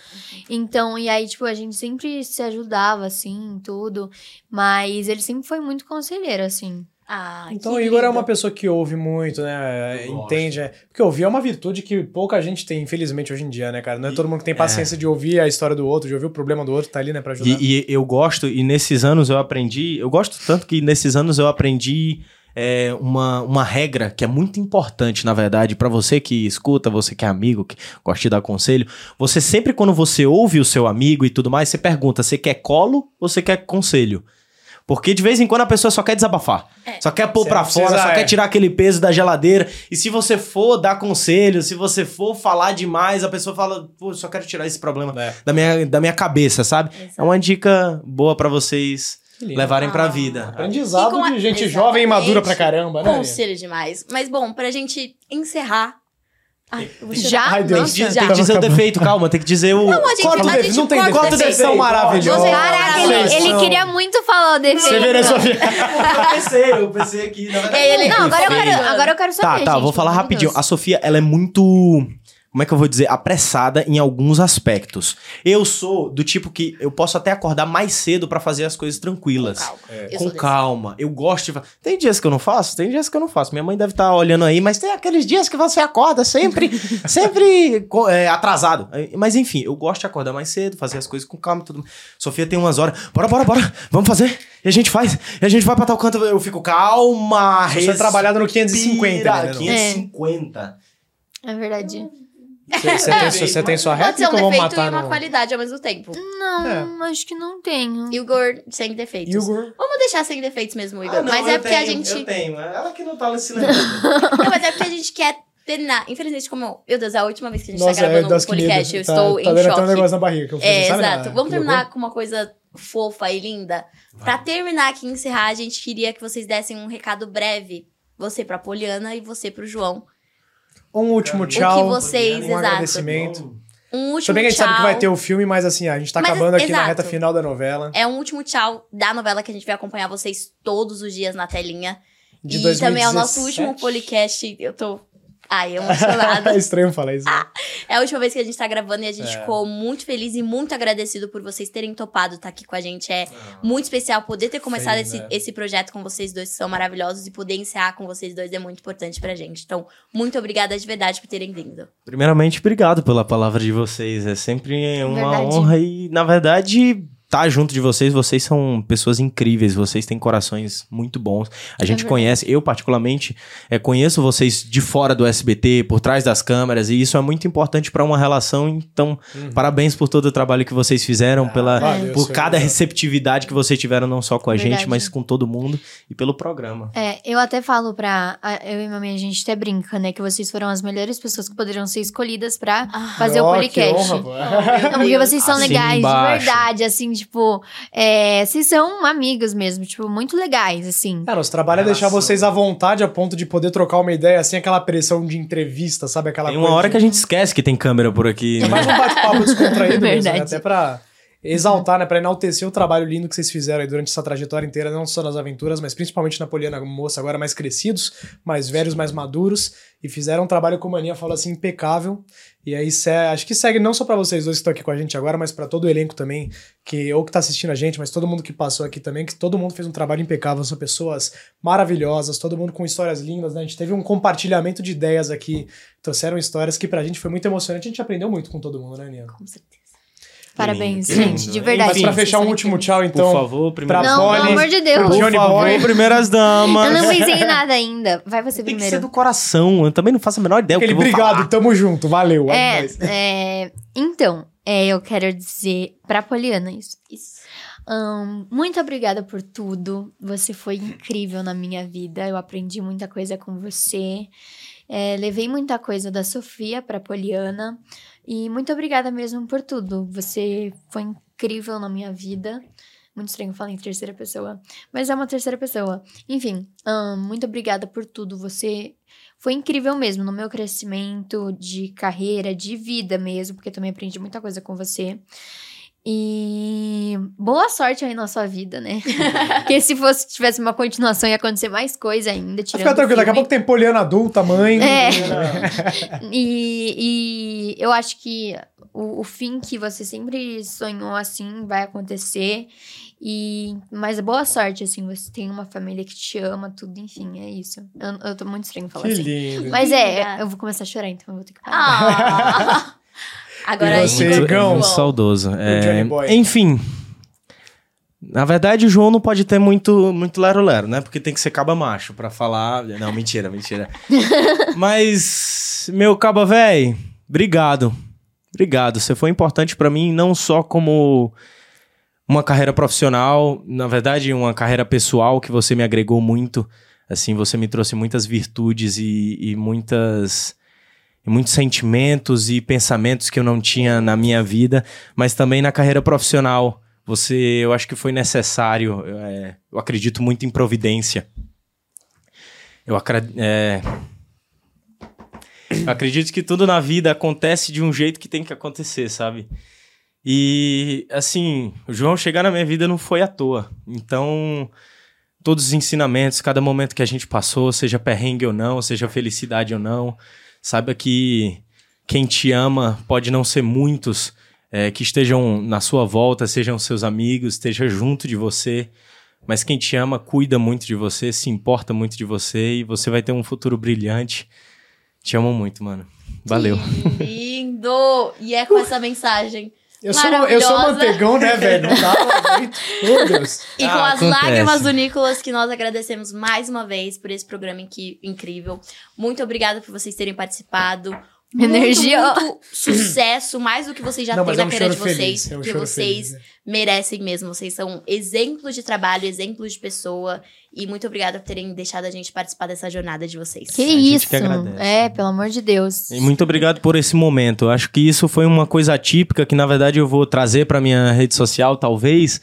[SPEAKER 5] Então, e aí, tipo, a gente sempre se ajudava, assim, em tudo. Mas ele sempre foi muito conselheiro, assim.
[SPEAKER 3] Ah,
[SPEAKER 4] Então
[SPEAKER 3] que
[SPEAKER 4] o Igor é
[SPEAKER 3] lindo.
[SPEAKER 4] uma pessoa que ouve muito, né?
[SPEAKER 1] Eu
[SPEAKER 4] Entende, né? Porque ouvir é uma virtude que pouca gente tem, infelizmente, hoje em dia, né, cara? Não é
[SPEAKER 1] E-
[SPEAKER 4] todo mundo que tem
[SPEAKER 1] é.
[SPEAKER 4] paciência de ouvir a história do outro, de ouvir o problema do outro, tá ali, né, pra ajudar.
[SPEAKER 1] E, e eu gosto, e nesses anos eu aprendi. Eu gosto tanto que nesses anos eu aprendi é, uma, uma regra que é muito importante, na verdade, pra você que escuta, você que é amigo, que gosta de dar conselho. Você sempre, quando você ouve o seu amigo e tudo mais, você pergunta: você quer colo ou você quer conselho? Porque de vez em quando a pessoa só quer desabafar. Só quer pôr
[SPEAKER 4] Você
[SPEAKER 1] pra
[SPEAKER 4] não precisa,
[SPEAKER 1] fora, só
[SPEAKER 4] é.
[SPEAKER 1] quer tirar aquele peso da geladeira. E se você for dar conselho, se você for falar demais, a pessoa fala, pô, só quero tirar esse problema
[SPEAKER 4] É.
[SPEAKER 1] da minha, da minha cabeça, sabe? É uma dica boa pra vocês
[SPEAKER 4] Que lindo.
[SPEAKER 1] levarem pra
[SPEAKER 3] Ah,
[SPEAKER 1] vida.
[SPEAKER 4] Aprendizado
[SPEAKER 3] E com a-
[SPEAKER 4] de gente jovem e madura pra
[SPEAKER 3] Exatamente.
[SPEAKER 4] caramba, né?
[SPEAKER 3] Conselho demais. Mas bom, pra gente encerrar. Ai, eu vou chorar.
[SPEAKER 5] Já?
[SPEAKER 4] Ai, Deus.
[SPEAKER 5] Nossa.
[SPEAKER 1] Tem que
[SPEAKER 3] Já.
[SPEAKER 1] dizer o defeito, calma, tem que dizer o.
[SPEAKER 3] Não, a gente,
[SPEAKER 4] Corta o
[SPEAKER 3] a
[SPEAKER 4] defeito,
[SPEAKER 3] gente
[SPEAKER 4] não tem
[SPEAKER 3] corta
[SPEAKER 4] defeito.
[SPEAKER 3] o defeito.
[SPEAKER 4] Vocês são maravilhosos.
[SPEAKER 3] Vocês são
[SPEAKER 5] Caraca,
[SPEAKER 3] maravilhosos.
[SPEAKER 5] ele, ele
[SPEAKER 4] são-
[SPEAKER 5] queria muito falar o
[SPEAKER 4] Você vê,
[SPEAKER 5] defeito.
[SPEAKER 4] né, Sofia?
[SPEAKER 1] eu pensei, eu pensei que. Na verdade,
[SPEAKER 3] É, ele-
[SPEAKER 5] Não, agora eu
[SPEAKER 3] Defeito.
[SPEAKER 5] quero, agora eu quero
[SPEAKER 1] Tá,
[SPEAKER 5] saber,
[SPEAKER 1] tá,
[SPEAKER 5] gente,
[SPEAKER 1] vou
[SPEAKER 5] pelo
[SPEAKER 1] falar
[SPEAKER 5] amor de
[SPEAKER 1] rapidinho.
[SPEAKER 5] Deus.
[SPEAKER 1] A Sofia, ela é muito. Como é que eu vou dizer? Apressada em alguns aspectos. Eu sou do tipo que eu posso até acordar mais cedo pra fazer as coisas tranquilas.
[SPEAKER 3] Com calma.
[SPEAKER 4] É.
[SPEAKER 3] Eu sou
[SPEAKER 1] com
[SPEAKER 3] desse.
[SPEAKER 1] calma. Eu gosto de. fa- Tem dias que eu não faço, tem dias que eu não faço. Minha mãe deve estar olhando aí, mas tem aqueles dias que você acorda sempre, sempre co- é, atrasado. É, Mas enfim, eu gosto de acordar mais cedo, fazer as coisas com calma e tudo. mais. Sofia tem umas horas. Bora, bora, bora. Vamos fazer. E a gente faz. E a gente vai pra tal canto. Eu fico calma.
[SPEAKER 4] Você é trabalhado no 550, né,
[SPEAKER 1] respira,
[SPEAKER 4] não?
[SPEAKER 1] 550.
[SPEAKER 5] É verdade.
[SPEAKER 4] Você, você tem, sua- você tem sua
[SPEAKER 3] Pode ser
[SPEAKER 4] réplica
[SPEAKER 3] um
[SPEAKER 4] ou Então vamos
[SPEAKER 3] defeito e
[SPEAKER 4] matar
[SPEAKER 3] uma
[SPEAKER 4] no...
[SPEAKER 3] qualidade ao mesmo tempo.
[SPEAKER 1] Hum. É.
[SPEAKER 5] Não, acho que não tenho.
[SPEAKER 3] Igor sem defeitos.
[SPEAKER 4] Igor.
[SPEAKER 3] Vamos deixar sem defeitos mesmo, Igor.
[SPEAKER 1] Ah, não,
[SPEAKER 3] mas é
[SPEAKER 1] eu
[SPEAKER 3] porque a
[SPEAKER 1] tenho,
[SPEAKER 3] gente.
[SPEAKER 1] Eu tenho. Ela que não tá lá se lembrando.
[SPEAKER 3] Não, mas é porque a gente quer terminar. Infelizmente, como. Meu Deus, é a última vez que a gente
[SPEAKER 4] Nossa,
[SPEAKER 3] tá
[SPEAKER 4] é,
[SPEAKER 3] gravando um
[SPEAKER 4] das que
[SPEAKER 3] podcast.
[SPEAKER 4] medo.
[SPEAKER 3] Eu
[SPEAKER 4] tá,
[SPEAKER 3] estou
[SPEAKER 4] tá
[SPEAKER 3] em
[SPEAKER 4] vendo
[SPEAKER 3] choque.
[SPEAKER 4] até um negócio na barriga. Que eu
[SPEAKER 3] É,
[SPEAKER 4] fiz, sabe,
[SPEAKER 3] exato.
[SPEAKER 4] né?
[SPEAKER 3] Vamos
[SPEAKER 4] Que
[SPEAKER 3] terminar
[SPEAKER 4] loucura.
[SPEAKER 3] com uma coisa fofa e linda. Pra terminar aqui e encerrar, a gente queria que vocês dessem um recado breve. Você pra Poliana e você pro João.
[SPEAKER 4] Um último tchau.
[SPEAKER 3] que vocês-
[SPEAKER 4] um
[SPEAKER 3] exato.
[SPEAKER 4] agradecimento.
[SPEAKER 3] Um último
[SPEAKER 4] Tudo bem que a gente
[SPEAKER 3] tchau.
[SPEAKER 4] sabe que vai ter o filme, mas assim, a gente tá
[SPEAKER 3] Mas,
[SPEAKER 4] acabando aqui na
[SPEAKER 3] exato.
[SPEAKER 4] reta final da novela.
[SPEAKER 3] É um último tchau da novela que a gente vai acompanhar vocês todos os dias na telinha.
[SPEAKER 4] De
[SPEAKER 3] e também é o nosso
[SPEAKER 4] 2017.
[SPEAKER 3] último podcast. Eu tô Ai, emocionada.
[SPEAKER 4] é estranho falar isso. né?
[SPEAKER 3] É a última vez que a gente tá gravando e a gente ficou muito feliz e muito agradecido por vocês terem topado estar aqui com a gente. É muito especial poder ter começado
[SPEAKER 4] Feliz,
[SPEAKER 3] esse,
[SPEAKER 4] né?
[SPEAKER 3] esse projeto com vocês dois, que são maravilhosos, e poder encerrar com vocês dois é muito importante pra gente. Então, muito obrigada de verdade por terem vindo.
[SPEAKER 1] Primeiramente, obrigado pela palavra de vocês. É sempre uma
[SPEAKER 5] Verdade.
[SPEAKER 1] honra e, na verdade, tá junto de vocês. Vocês são pessoas incríveis. Vocês têm corações muito bons. A gente
[SPEAKER 5] É verdade.
[SPEAKER 1] conhece, eu particularmente, é, conheço vocês de fora do SBT, por trás das câmeras, e isso é muito importante para uma relação. Então, parabéns por todo o trabalho que vocês
[SPEAKER 5] Ah,
[SPEAKER 1] fizeram, pela,
[SPEAKER 4] valeu,
[SPEAKER 1] por
[SPEAKER 4] senhor.
[SPEAKER 1] cada receptividade que vocês tiveram, não só com a gente,
[SPEAKER 5] Verdade.
[SPEAKER 1] mas com todo mundo e pelo programa.
[SPEAKER 5] É, eu até falo pra. a- Eu e a minha a gente até brinca, né? Que vocês foram as melhores pessoas que poderiam ser escolhidas pra fazer o
[SPEAKER 4] Ó, que
[SPEAKER 5] podcast.
[SPEAKER 4] honra, pô.
[SPEAKER 5] Não, porque vocês são
[SPEAKER 1] Assim
[SPEAKER 5] legais,
[SPEAKER 1] embaixo.
[SPEAKER 5] de verdade, assim, tipo, é, vocês são amigos mesmo, tipo, muito legais, assim.
[SPEAKER 4] É, nosso trabalho é deixar
[SPEAKER 1] Relação.
[SPEAKER 4] vocês à vontade a ponto de poder trocar uma ideia sem aquela pressão de entrevista, sabe? Aquela
[SPEAKER 1] Tem uma
[SPEAKER 4] coisa
[SPEAKER 1] hora
[SPEAKER 4] de-
[SPEAKER 1] que a gente esquece que tem câmera por aqui.
[SPEAKER 4] É
[SPEAKER 1] né?
[SPEAKER 4] mais um bate-papo descontraído mesmo, né?
[SPEAKER 5] Verdade.
[SPEAKER 4] Até pra exaltar, né? Pra enaltecer o trabalho lindo que vocês fizeram aí durante essa trajetória inteira, não só nas aventuras, mas principalmente na Poliana Moça, agora mais crescidos, mais velhos, mais maduros, e fizeram um trabalho, como a Aninha fala assim, impecável. E aí, se- é, acho que segue não só pra vocês dois que estão aqui com a gente agora, mas pra todo o elenco também, que ou que tá assistindo a gente, mas todo mundo que passou aqui também, que todo mundo fez um trabalho impecável, são pessoas maravilhosas, todo mundo com histórias lindas, né? A gente teve um compartilhamento de ideias aqui, trouxeram histórias que pra gente foi muito emocionante, a gente aprendeu muito com todo mundo, né, Aninha?
[SPEAKER 3] Com certeza.
[SPEAKER 1] lindo,
[SPEAKER 5] Parabéns,
[SPEAKER 1] que
[SPEAKER 5] gente,
[SPEAKER 1] lindo.
[SPEAKER 5] de
[SPEAKER 1] Verdade,
[SPEAKER 4] Mas
[SPEAKER 5] verdade.
[SPEAKER 4] pra
[SPEAKER 5] vocês
[SPEAKER 4] fechar
[SPEAKER 5] são
[SPEAKER 4] um último
[SPEAKER 5] incríveis.
[SPEAKER 4] tchau, então.
[SPEAKER 1] Por favor, primeiro.
[SPEAKER 4] pra
[SPEAKER 5] Não,
[SPEAKER 4] Polly,
[SPEAKER 5] pelo amor de Deus.
[SPEAKER 4] pro
[SPEAKER 1] Por
[SPEAKER 4] Johnny
[SPEAKER 1] favor,
[SPEAKER 4] Boy.
[SPEAKER 1] primeiras
[SPEAKER 5] Eu
[SPEAKER 1] damas.
[SPEAKER 5] não pensei em nada ainda. Vai você
[SPEAKER 1] Tem que ser
[SPEAKER 5] primeiro.
[SPEAKER 1] do coração. Eu também não faço a menor ideia
[SPEAKER 4] Aquele
[SPEAKER 1] o que eu vou
[SPEAKER 4] obrigado,
[SPEAKER 1] falar.
[SPEAKER 4] tamo junto, valeu. é
[SPEAKER 5] É,
[SPEAKER 4] nóis.
[SPEAKER 5] é, então, é, eu quero dizer pra Poliana isso.
[SPEAKER 3] Isso.
[SPEAKER 5] Ahn, muito obrigada por tudo. Você foi incrível na minha vida. Eu aprendi muita coisa com você. É, levei muita coisa da Sofia pra Poliana. E muito obrigada mesmo por tudo. Você foi incrível na minha vida. Muito estranho falar em terceira pessoa, mas é uma terceira pessoa. Enfim, ahn, muito obrigada por tudo. Você foi incrível mesmo no meu crescimento de carreira, de vida mesmo, porque eu também aprendi muita coisa com você. E boa sorte aí na sua vida, né? Porque se fosse tivesse uma continuação ia acontecer mais coisa ainda.
[SPEAKER 4] Mas
[SPEAKER 5] tirando
[SPEAKER 4] Fica
[SPEAKER 5] o
[SPEAKER 4] tranquilo, daqui a
[SPEAKER 5] filme.
[SPEAKER 4] pouco tem Poliana adulta, mãe.
[SPEAKER 5] É.
[SPEAKER 4] Poliana-
[SPEAKER 5] E, e eu acho que o, o fim que você sempre sonhou assim vai acontecer. E, mas boa sorte, assim, você tem uma família que te ama, tudo, enfim, é isso. Eu, eu tô muito estranho falar
[SPEAKER 4] Que
[SPEAKER 5] assim.
[SPEAKER 4] lindo.
[SPEAKER 5] Mas é,
[SPEAKER 3] Linda.
[SPEAKER 5] eu vou começar a chorar, então eu vou ter que parar.
[SPEAKER 3] Ah! Agora
[SPEAKER 4] E você,
[SPEAKER 3] Igor,
[SPEAKER 4] Igão?
[SPEAKER 3] João.
[SPEAKER 1] Muito saudoso. É,
[SPEAKER 4] Johnny Boy.
[SPEAKER 1] enfim. Na verdade, o João não pode ter muito, muito lero-lero, né? Porque tem que ser caba macho pra falar. Não, mentira, mentira. Mas, meu caba véi, obrigado. Obrigado. Você foi importante pra mim, não só como uma carreira profissional, na verdade, uma carreira pessoal que você me agregou muito. Assim, você me trouxe muitas virtudes e, e muitas. e muitos sentimentos e pensamentos que eu não tinha na minha vida, mas também na carreira profissional. Você, eu acho que foi necessário. é, eu acredito muito em providência. Eu, acra- é, eu acredito que tudo na vida acontece de um jeito que tem que acontecer, sabe? E, assim, o João chegar na minha vida não foi à toa. Então, todos os ensinamentos, cada momento que a gente passou, seja perrengue ou não, seja felicidade ou não, saiba que quem te ama pode não ser muitos é, que estejam na sua volta, sejam seus amigos, esteja junto de você. Mas quem te ama cuida muito de você, se importa muito de você e você vai ter um futuro brilhante. Te amo muito, mano. Valeu.
[SPEAKER 3] Que lindo! E é com essa mensagem.
[SPEAKER 4] Eu sou, eu sou
[SPEAKER 3] Maravilhosa.
[SPEAKER 4] manteigão, né, velho? Não dá muito. Meu Deus.
[SPEAKER 3] E com
[SPEAKER 1] Ah,
[SPEAKER 3] as
[SPEAKER 1] acontece.
[SPEAKER 3] lágrimas do Nicolas, que nós agradecemos mais uma vez por esse programa inqui- incrível. Muito obrigada por vocês terem participado. Muito,
[SPEAKER 5] Energia.
[SPEAKER 3] muito sucesso, mais do que vocês já
[SPEAKER 4] Não,
[SPEAKER 3] têm
[SPEAKER 4] mas é
[SPEAKER 3] na
[SPEAKER 4] um
[SPEAKER 3] carreira
[SPEAKER 4] choro
[SPEAKER 3] de vocês.
[SPEAKER 4] feliz. É um
[SPEAKER 3] que
[SPEAKER 4] choro
[SPEAKER 3] vocês
[SPEAKER 4] feliz. né?
[SPEAKER 3] merecem mesmo. Vocês são exemplos de trabalho, exemplos de pessoa. E muito obrigada por terem deixado a gente participar dessa jornada de vocês.
[SPEAKER 5] Que
[SPEAKER 1] A gente
[SPEAKER 5] isso!
[SPEAKER 1] que agradece.
[SPEAKER 5] é, pelo amor de Deus.
[SPEAKER 1] E muito obrigado por esse momento. Eu acho que isso foi uma coisa atípica que, na verdade, eu vou trazer para minha rede social, talvez,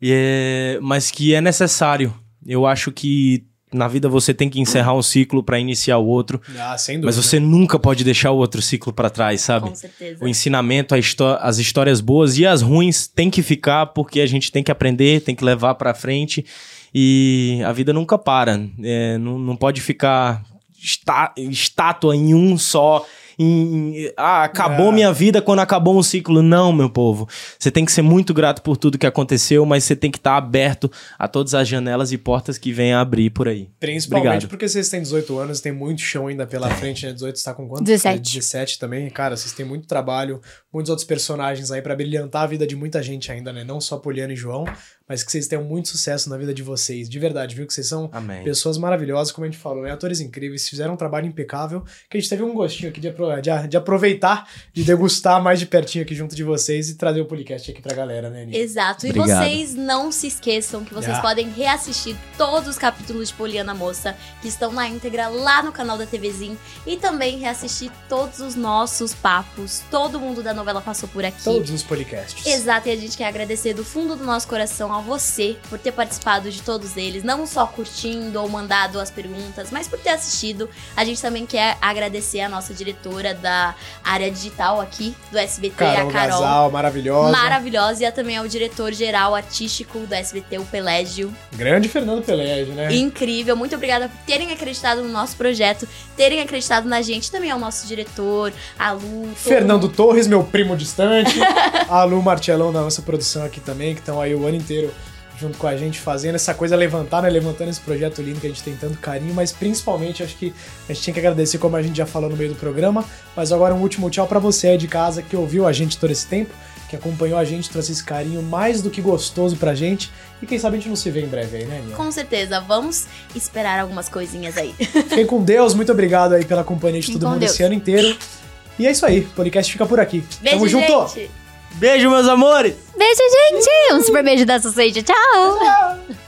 [SPEAKER 1] e é- mas que é necessário. Eu acho que na vida você tem que encerrar um ciclo para iniciar o outro,
[SPEAKER 4] Ah, sem
[SPEAKER 1] mas
[SPEAKER 4] dúvida.
[SPEAKER 1] você nunca pode deixar o outro ciclo para trás, sabe?
[SPEAKER 3] Com certeza.
[SPEAKER 1] O ensinamento, a histó- as histórias boas e as ruins tem que ficar porque a gente tem que aprender, tem que levar pra frente e a vida nunca para. É, não, não pode ficar está, estátua em um só. em- em- ah, acabou minha vida quando acabou um ciclo. Não, meu povo. Você tem que ser muito grato por tudo que aconteceu, mas você tem que estar aberto a todas as janelas e portas que venham a abrir por aí.
[SPEAKER 4] Principalmente
[SPEAKER 1] Obrigado.
[SPEAKER 4] porque vocês têm 18 anos, tem muito chão ainda pela frente, né? 18 está com quanto?
[SPEAKER 5] 17.
[SPEAKER 4] 17 também. Cara, vocês têm muito trabalho, muitos outros personagens aí pra brilhantar a vida de muita gente ainda, né? Não só Poliana e João, mas que vocês tenham muito sucesso na vida de vocês. De verdade, viu? Que vocês são
[SPEAKER 1] Amém.
[SPEAKER 4] pessoas maravilhosas, como a gente falou, né? Atores incríveis, fizeram um trabalho impecável, que a gente teve um gostinho aqui de, apro- de- de aproveitar, de degustar mais de pertinho aqui junto de vocês e trazer o podcast aqui pra galera, né, Aninha?
[SPEAKER 3] Exato.
[SPEAKER 1] Obrigado.
[SPEAKER 3] E vocês não se esqueçam que vocês
[SPEAKER 4] Ah.
[SPEAKER 3] podem reassistir todos os capítulos de Poliana Moça que estão na íntegra lá no canal da TVzinho e também reassistir todos os nossos papos. Todo mundo da novela passou por aqui.
[SPEAKER 4] Todos os podcasts.
[SPEAKER 3] Exato, e a gente quer agradecer do fundo do nosso coração a você por ter participado de todos eles, não só curtindo ou mandado as perguntas, mas por ter assistido. A gente também quer agradecer a nossa diretora da área digital aqui do SBT,
[SPEAKER 4] Carol,
[SPEAKER 3] a Carol.
[SPEAKER 4] Gasal, maravilhosa.
[SPEAKER 3] Maravilhosa, e também é o diretor geral artístico do SBT, o Pelégio.
[SPEAKER 4] Grande Fernando Pelégio, né?
[SPEAKER 3] Incrível, muito obrigada por terem acreditado no nosso projeto, terem acreditado na gente, também ao nosso diretor, a Lu. todo
[SPEAKER 4] Fernando Torres, meu primo distante. a Lu Martelão da nossa produção aqui também, que estão aí o ano inteiro junto com a gente fazendo essa coisa levantar, né? Levantando esse projeto lindo que a gente tem tanto carinho, mas principalmente acho que a gente tem que agradecer, como a gente já falou no meio do programa. Mas agora um último tchau pra você aí de casa que ouviu a gente todo esse tempo, que acompanhou a gente, trouxe esse carinho mais do que gostoso pra gente. E quem sabe a gente não se vê em breve aí, né, Aninha?
[SPEAKER 3] Com certeza, vamos esperar algumas coisinhas aí.
[SPEAKER 4] Fiquem com Deus, muito obrigado aí pela companhia de
[SPEAKER 5] Fiquem
[SPEAKER 4] todo
[SPEAKER 5] com
[SPEAKER 4] mundo
[SPEAKER 5] Deus.
[SPEAKER 4] esse ano inteiro. E é isso aí, o podcast fica por aqui.
[SPEAKER 3] Beijo,
[SPEAKER 4] Tamo junto!
[SPEAKER 3] gente!
[SPEAKER 1] Beijo, meus amores!
[SPEAKER 5] Beijo, gente! Um super beijo da Society. Tchau!
[SPEAKER 2] tá